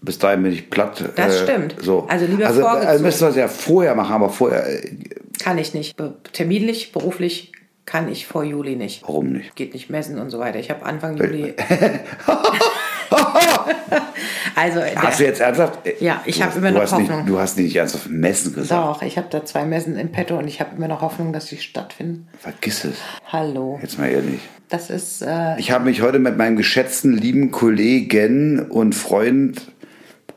[SPEAKER 1] bis dahin bin ich platt.
[SPEAKER 2] Hm.
[SPEAKER 1] äh,
[SPEAKER 2] Das stimmt.
[SPEAKER 1] So.
[SPEAKER 2] Also lieber
[SPEAKER 1] also,
[SPEAKER 2] vorgezogen.
[SPEAKER 1] also müssen wir es ja vorher machen, aber vorher, äh,
[SPEAKER 2] Kann ich nicht. Be terminlich, beruflich kann ich vor Juli nicht.
[SPEAKER 1] warum nicht?
[SPEAKER 2] Geht nicht messen und so weiter. Ich habe Anfang
[SPEAKER 1] Äh, *laughs*
[SPEAKER 2] Juli. also,
[SPEAKER 1] Hast du
[SPEAKER 2] der,
[SPEAKER 1] jetzt ernsthaft? äh,
[SPEAKER 2] Ja, ich
[SPEAKER 1] du
[SPEAKER 2] hab
[SPEAKER 1] hast-
[SPEAKER 2] immer
[SPEAKER 1] du
[SPEAKER 2] noch
[SPEAKER 1] hast nicht,
[SPEAKER 2] Hoffnung.
[SPEAKER 1] Du hast nicht ernsthaft messen gesagt.
[SPEAKER 2] doch, ich habe da zwei Messen im Petto und ich habe immer noch Hoffnung, dass sie stattfinden.
[SPEAKER 1] Vergiss es.
[SPEAKER 2] Hallo.
[SPEAKER 1] Jetzt mal ehrlich.
[SPEAKER 2] Das ist. Äh,
[SPEAKER 1] Ich habe mich heute mit meinem geschätzten lieben Kollegen und Freund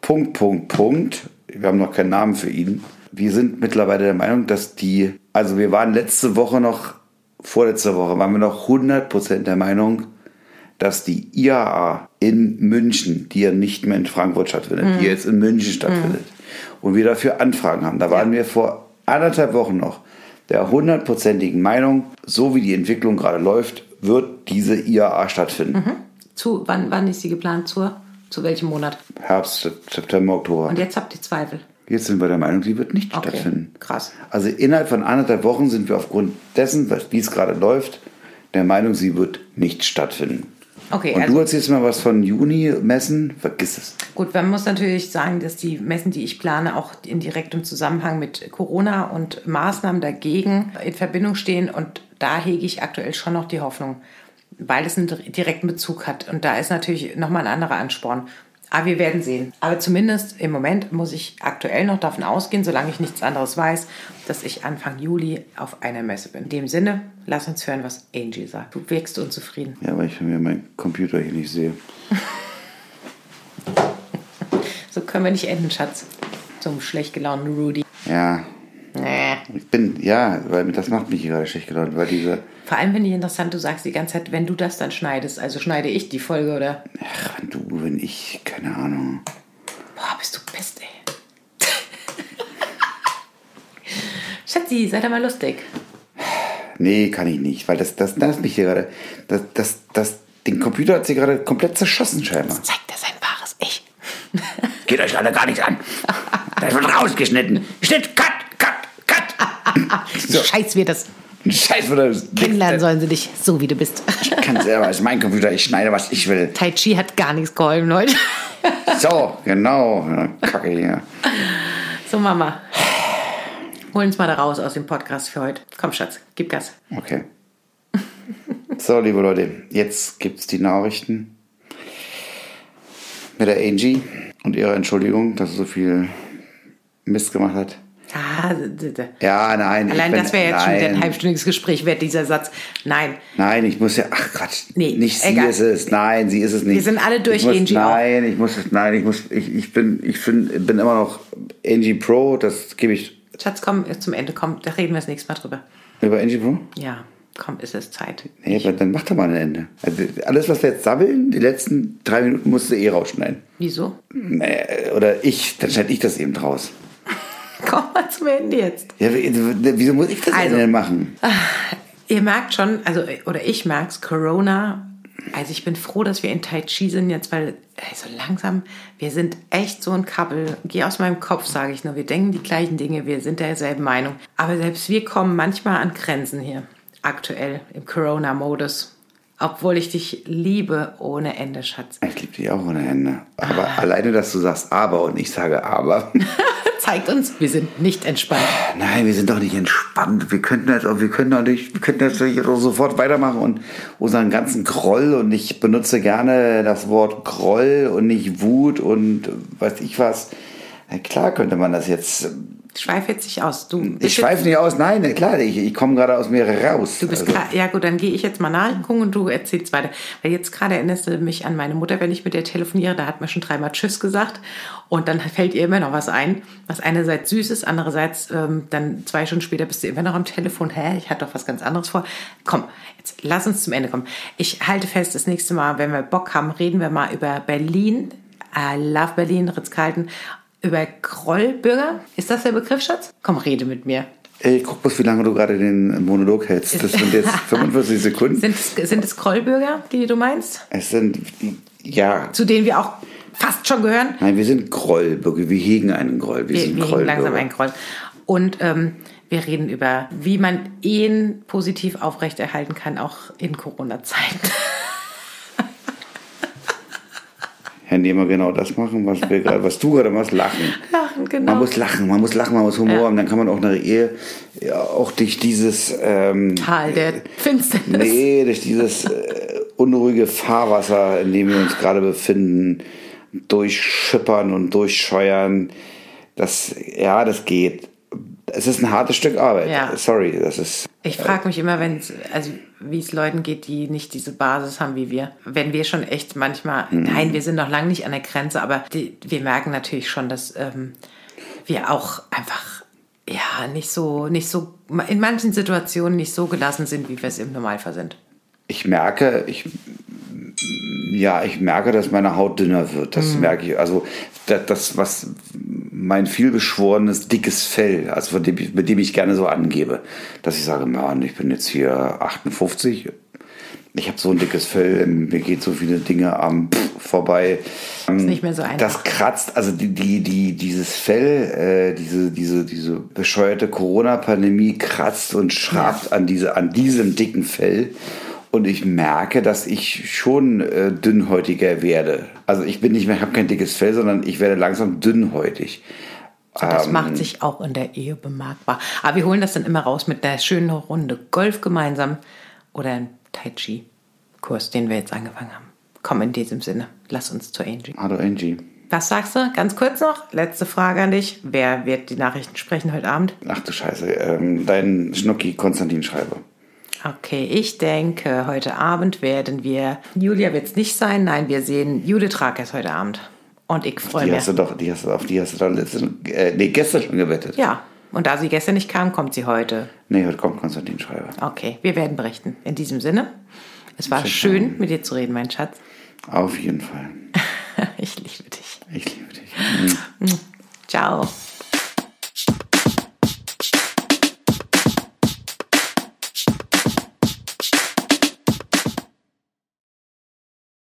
[SPEAKER 1] Punkt, Punkt, Punkt. Wir haben noch keinen Namen für ihn. Wir sind mittlerweile der Meinung, dass die, also wir waren letzte Woche noch, vorletzte Woche waren wir noch 100% der Meinung, dass die IAA in München, die ja nicht mehr in Frankfurt stattfindet,
[SPEAKER 2] Mhm.
[SPEAKER 1] die jetzt in München stattfindet, und wir dafür Anfragen haben. Da waren wir vor anderthalb Wochen noch der hundertprozentigen Meinung, so wie die Entwicklung gerade läuft, wird diese IAA stattfinden.
[SPEAKER 2] Mhm. zu, wann, wann ist sie geplant? Zur, zu welchem Monat?
[SPEAKER 1] Herbst, Sep- September, Oktober.
[SPEAKER 2] Und jetzt habt ihr Zweifel.
[SPEAKER 1] Jetzt sind wir der Meinung, die wird nicht
[SPEAKER 2] Mhm. Okay,
[SPEAKER 1] stattfinden.
[SPEAKER 2] krass.
[SPEAKER 1] Also innerhalb von anderthalb Wochen sind wir aufgrund dessen, was- wie es gerade läuft, der Meinung, sie wird nicht stattfinden.
[SPEAKER 2] Okay,
[SPEAKER 1] Und
[SPEAKER 2] also-
[SPEAKER 1] du erzählst mal was von Juni-Messen, vergiss es.
[SPEAKER 2] Gut, man muss natürlich sagen, dass die Messen, die ich plane, auch in direktem Zusammenhang mit Corona und Maßnahmen dagegen in Verbindung stehen. Und da hege ich aktuell schon noch die Hoffnung, weil es einen dir- direkten Bezug hat. Und da ist natürlich nochmal ein anderer Ansporn. Aber wir werden sehen. Aber zumindest im Moment muss ich aktuell noch davon ausgehen, solange ich nichts anderes weiß, dass ich Anfang Juli auf einer Messe bin. In dem Sinne, lass uns hören, was Angie sagt. Du wirkst unzufrieden.
[SPEAKER 1] Ja, weil ich mir meinen Computer hier nicht sehe.
[SPEAKER 2] So können wir nicht enden, Schatz. Zum schlecht gelaunten Rudy.
[SPEAKER 1] Ja,
[SPEAKER 2] Nee.
[SPEAKER 1] ich bin, ja, weil das macht mich hier gerade schlecht gelaunt, weil diese,
[SPEAKER 2] Vor allem finde ich interessant, du sagst die ganze Zeit, wenn du das dann schneidest, also schneide ich die Folge, oder?
[SPEAKER 1] ach, wenn du, wenn ich, keine Ahnung.
[SPEAKER 2] Boah, bist du best, ey. *laughs* Schatzi, sei doch mal lustig.
[SPEAKER 1] Nee, kann ich nicht, weil das, das, das mich hier gerade, das, das, das, den Computer hat sie gerade komplett zerschossen scheinbar.
[SPEAKER 2] Zeig dir sein wahres Ich.
[SPEAKER 1] Geht euch alle gar nichts an. Das wird rausgeschnitten. Schnitt, cut, cut, cut. *laughs* *laughs* So.
[SPEAKER 2] Scheiß wir das.
[SPEAKER 1] Scheiß, wird das
[SPEAKER 2] Kennenlernen sollen sie dich, so wie du bist.
[SPEAKER 1] *laughs* Ich kann selber, ist mein Computer, ich schneide, was ich will.
[SPEAKER 2] Tai Chi hat gar nichts geholfen heute.
[SPEAKER 1] So, genau. Ja, Kacke hier.
[SPEAKER 2] So, Mama. Hol uns mal da raus aus dem Podcast für heute. Komm, Schatz, gib Gas.
[SPEAKER 1] Okay. So, liebe Leute, jetzt gibt's die Nachrichten mit der Angie und ihrer Entschuldigung, dass sie so viel Mist gemacht hat.
[SPEAKER 2] Ah, d- d- d-
[SPEAKER 1] Ja, nein. ich
[SPEAKER 2] Allein
[SPEAKER 1] bin-
[SPEAKER 2] das wäre jetzt schon
[SPEAKER 1] nein,
[SPEAKER 2] wieder ein halbstündiges Gespräch wert, dieser Satz. Nein,
[SPEAKER 1] Nein, ich muss ja. Ach Quatsch.
[SPEAKER 2] Nee,
[SPEAKER 1] nicht sie
[SPEAKER 2] egal.
[SPEAKER 1] ist es. Nein, sie ist es nicht.
[SPEAKER 2] Wir sind alle durch
[SPEAKER 1] ich muss,
[SPEAKER 2] Angie auch.
[SPEAKER 1] Nein, ich muss. Nein, ich muss. Ich, ich bin. Ich bin, bin immer noch Angie Pro. Das gebe ich
[SPEAKER 2] Schatz, komm zum Ende, komm, da reden wir das nächste Mal drüber.
[SPEAKER 1] über Angie Pro.
[SPEAKER 2] Ja, komm, ist es ist Zeit.
[SPEAKER 1] Nee, aber dann mach doch mal ein Ende. Also alles, was wir jetzt sammeln, die letzten drei Minuten musst du eh rausschneiden.
[SPEAKER 2] Wieso? *laughs*
[SPEAKER 1] Nee, Äh, oder ich, dann schneide ich das eben draus.
[SPEAKER 2] Komm mal zum Ende jetzt.
[SPEAKER 1] Ja, w- w- wieso muss ich das
[SPEAKER 2] Also.
[SPEAKER 1] Ende machen?
[SPEAKER 2] Ihr merkt schon, also, oder ich merk's, Corona. Also ich bin froh, dass wir in Tai Chi sind jetzt, weil ey, so langsam, wir sind echt so ein Couple. Geh aus meinem Kopf, sage ich nur. Wir denken die gleichen Dinge, wir sind derselben Meinung. Aber selbst wir kommen manchmal an Grenzen hier, aktuell im Corona-Modus. Obwohl ich dich liebe ohne Ende, Schatz.
[SPEAKER 1] Ah, Ich liebe dich auch ohne Ende. Aber alleine, dass du sagst aber und ich sage aber.
[SPEAKER 2] Zeigt uns, wir sind nicht entspannt.
[SPEAKER 1] *laughs* Nein, wir sind doch nicht entspannt. Wir könnten jetzt auch, wir können doch nicht, wir könnten jetzt nicht auch sofort weitermachen und unseren ganzen Groll und ich benutze gerne das Wort Groll und nicht Wut und weiß ich was. Na klar könnte man das jetzt.
[SPEAKER 2] Schweif jetzt nicht aus. Du bist
[SPEAKER 1] Ich
[SPEAKER 2] jetzt-
[SPEAKER 1] schweife nicht aus, nein, na klar, ich, ich komme gerade aus mir raus.
[SPEAKER 2] Du bist
[SPEAKER 1] also,
[SPEAKER 2] gra- ja gut, dann gehe ich jetzt mal nachgucken und du erzählst weiter. Weil jetzt gerade erinnerst du mich an meine Mutter, wenn ich mit ihr telefoniere, da hat mir schon dreimal Tschüss gesagt und dann fällt ihr immer noch was ein, was einerseits süß ist, andererseits ähm, dann zwei Stunden später bist du immer noch am Telefon. Hä, ich hatte doch was ganz anderes vor. Komm, jetzt lass uns zum Ende kommen. Ich halte fest, das nächste Mal, wenn wir Bock haben, reden wir mal über Berlin I love Berlin, Ritz-Carlton. Über Krollbürger, ist das der Begriff, Schatz? Komm, rede mit mir.
[SPEAKER 1] Ey, guck bloß, wie lange du gerade den Monolog hältst. Das sind
[SPEAKER 2] *laughs*
[SPEAKER 1] jetzt 45 Sekunden.
[SPEAKER 2] Sind es, sind es Krollbürger, die du meinst?
[SPEAKER 1] Es sind, ja,
[SPEAKER 2] Zu denen wir auch fast schon gehören?
[SPEAKER 1] nein, wir sind Grollbürger. Wir hegen einen Groll. Wir,
[SPEAKER 2] Wir,
[SPEAKER 1] sind
[SPEAKER 2] wir hegen langsam einen
[SPEAKER 1] Grollbürger.
[SPEAKER 2] Groll. Und ähm, wir reden über, wie man Ehen positiv aufrechterhalten kann, auch in Corona-Zeiten. *laughs*
[SPEAKER 1] Herr Nehmer, genau das machen, was, wir gerade, was du gerade machst, lachen.
[SPEAKER 2] Lachen,
[SPEAKER 1] Man
[SPEAKER 2] genau.
[SPEAKER 1] muss lachen, man muss lachen, man muss Humor haben. Dann kann man auch eine Ehe ja, auch durch dieses, ähm,
[SPEAKER 2] Tal der
[SPEAKER 1] *laughs*
[SPEAKER 2] Finsternis.
[SPEAKER 1] nee, durch dieses äh, unruhige Fahrwasser, in dem wir uns gerade befinden, durchschippern und durchscheuern. Das, ja, das geht. Es ist ein hartes Stück Arbeit.
[SPEAKER 2] Ja.
[SPEAKER 1] Sorry, das ist
[SPEAKER 2] Ich frage mich immer, wenn also wie es Leuten geht, die nicht diese Basis haben wie wir. Wenn wir schon echt manchmal, nein, wir sind noch lange nicht an der Grenze, aber die, wir merken natürlich schon, dass ähm, wir auch einfach ja nicht so, nicht so in manchen Situationen nicht so gelassen sind, wie wir es im Normalfall sind.
[SPEAKER 1] ich merke, ich ja, ich merke, dass meine Haut dünner wird. Das merke ich. Also das, das was mein vielbeschworenes dickes Fell, also von dem, ich- mit dem ich gerne so angebe, dass ich sage, Mann, ich bin jetzt hier 58. Ich habe so ein dickes Fell, mir geht so viele Dinge am Pff vorbei.
[SPEAKER 2] Ist nicht mehr so einfach.
[SPEAKER 1] Das kratzt, also die, die, die, dieses Fell, äh, diese, diese, diese bescheuerte Corona-Pandemie kratzt und schrabt an, diese, an diesem dicken Fell. Und ich merke, dass ich schon äh, dünnhäutiger werde. Also ich bin nicht mehr, habe kein dickes Fell, sondern ich werde langsam dünnhäutig.
[SPEAKER 2] Das macht sich auch in der Ehe bemerkbar. Aber wir holen das dann immer raus mit einer schönen Runde Golf gemeinsam oder einem Tai Chi-Kurs, den wir jetzt angefangen haben. Komm in diesem Sinne, lass uns zur Angie.
[SPEAKER 1] Hallo Angie.
[SPEAKER 2] Was sagst du? Ganz kurz noch, letzte Frage an dich. Wer wird die Nachrichten sprechen heute Abend?
[SPEAKER 1] Ach du Scheiße, ähm, dein Schnucki Konstantin Schreiber.
[SPEAKER 2] Okay, ich denke, heute Abend werden wir. Julia wird es nicht sein, nein, wir sehen Judith Rakers heute Abend. Und ich freue
[SPEAKER 1] Die
[SPEAKER 2] mich.
[SPEAKER 1] hast du doch, die hast du, auf die hast du dann letzte, äh, nee, gestern schon gewettet.
[SPEAKER 2] Ja, und da sie gestern nicht kam, kommt sie heute.
[SPEAKER 1] Nee, heute kommt Konstantin Schreiber.
[SPEAKER 2] Okay, wir werden berichten. In diesem Sinne, es war schön, mit dir zu reden, mein Schatz.
[SPEAKER 1] Auf jeden Fall.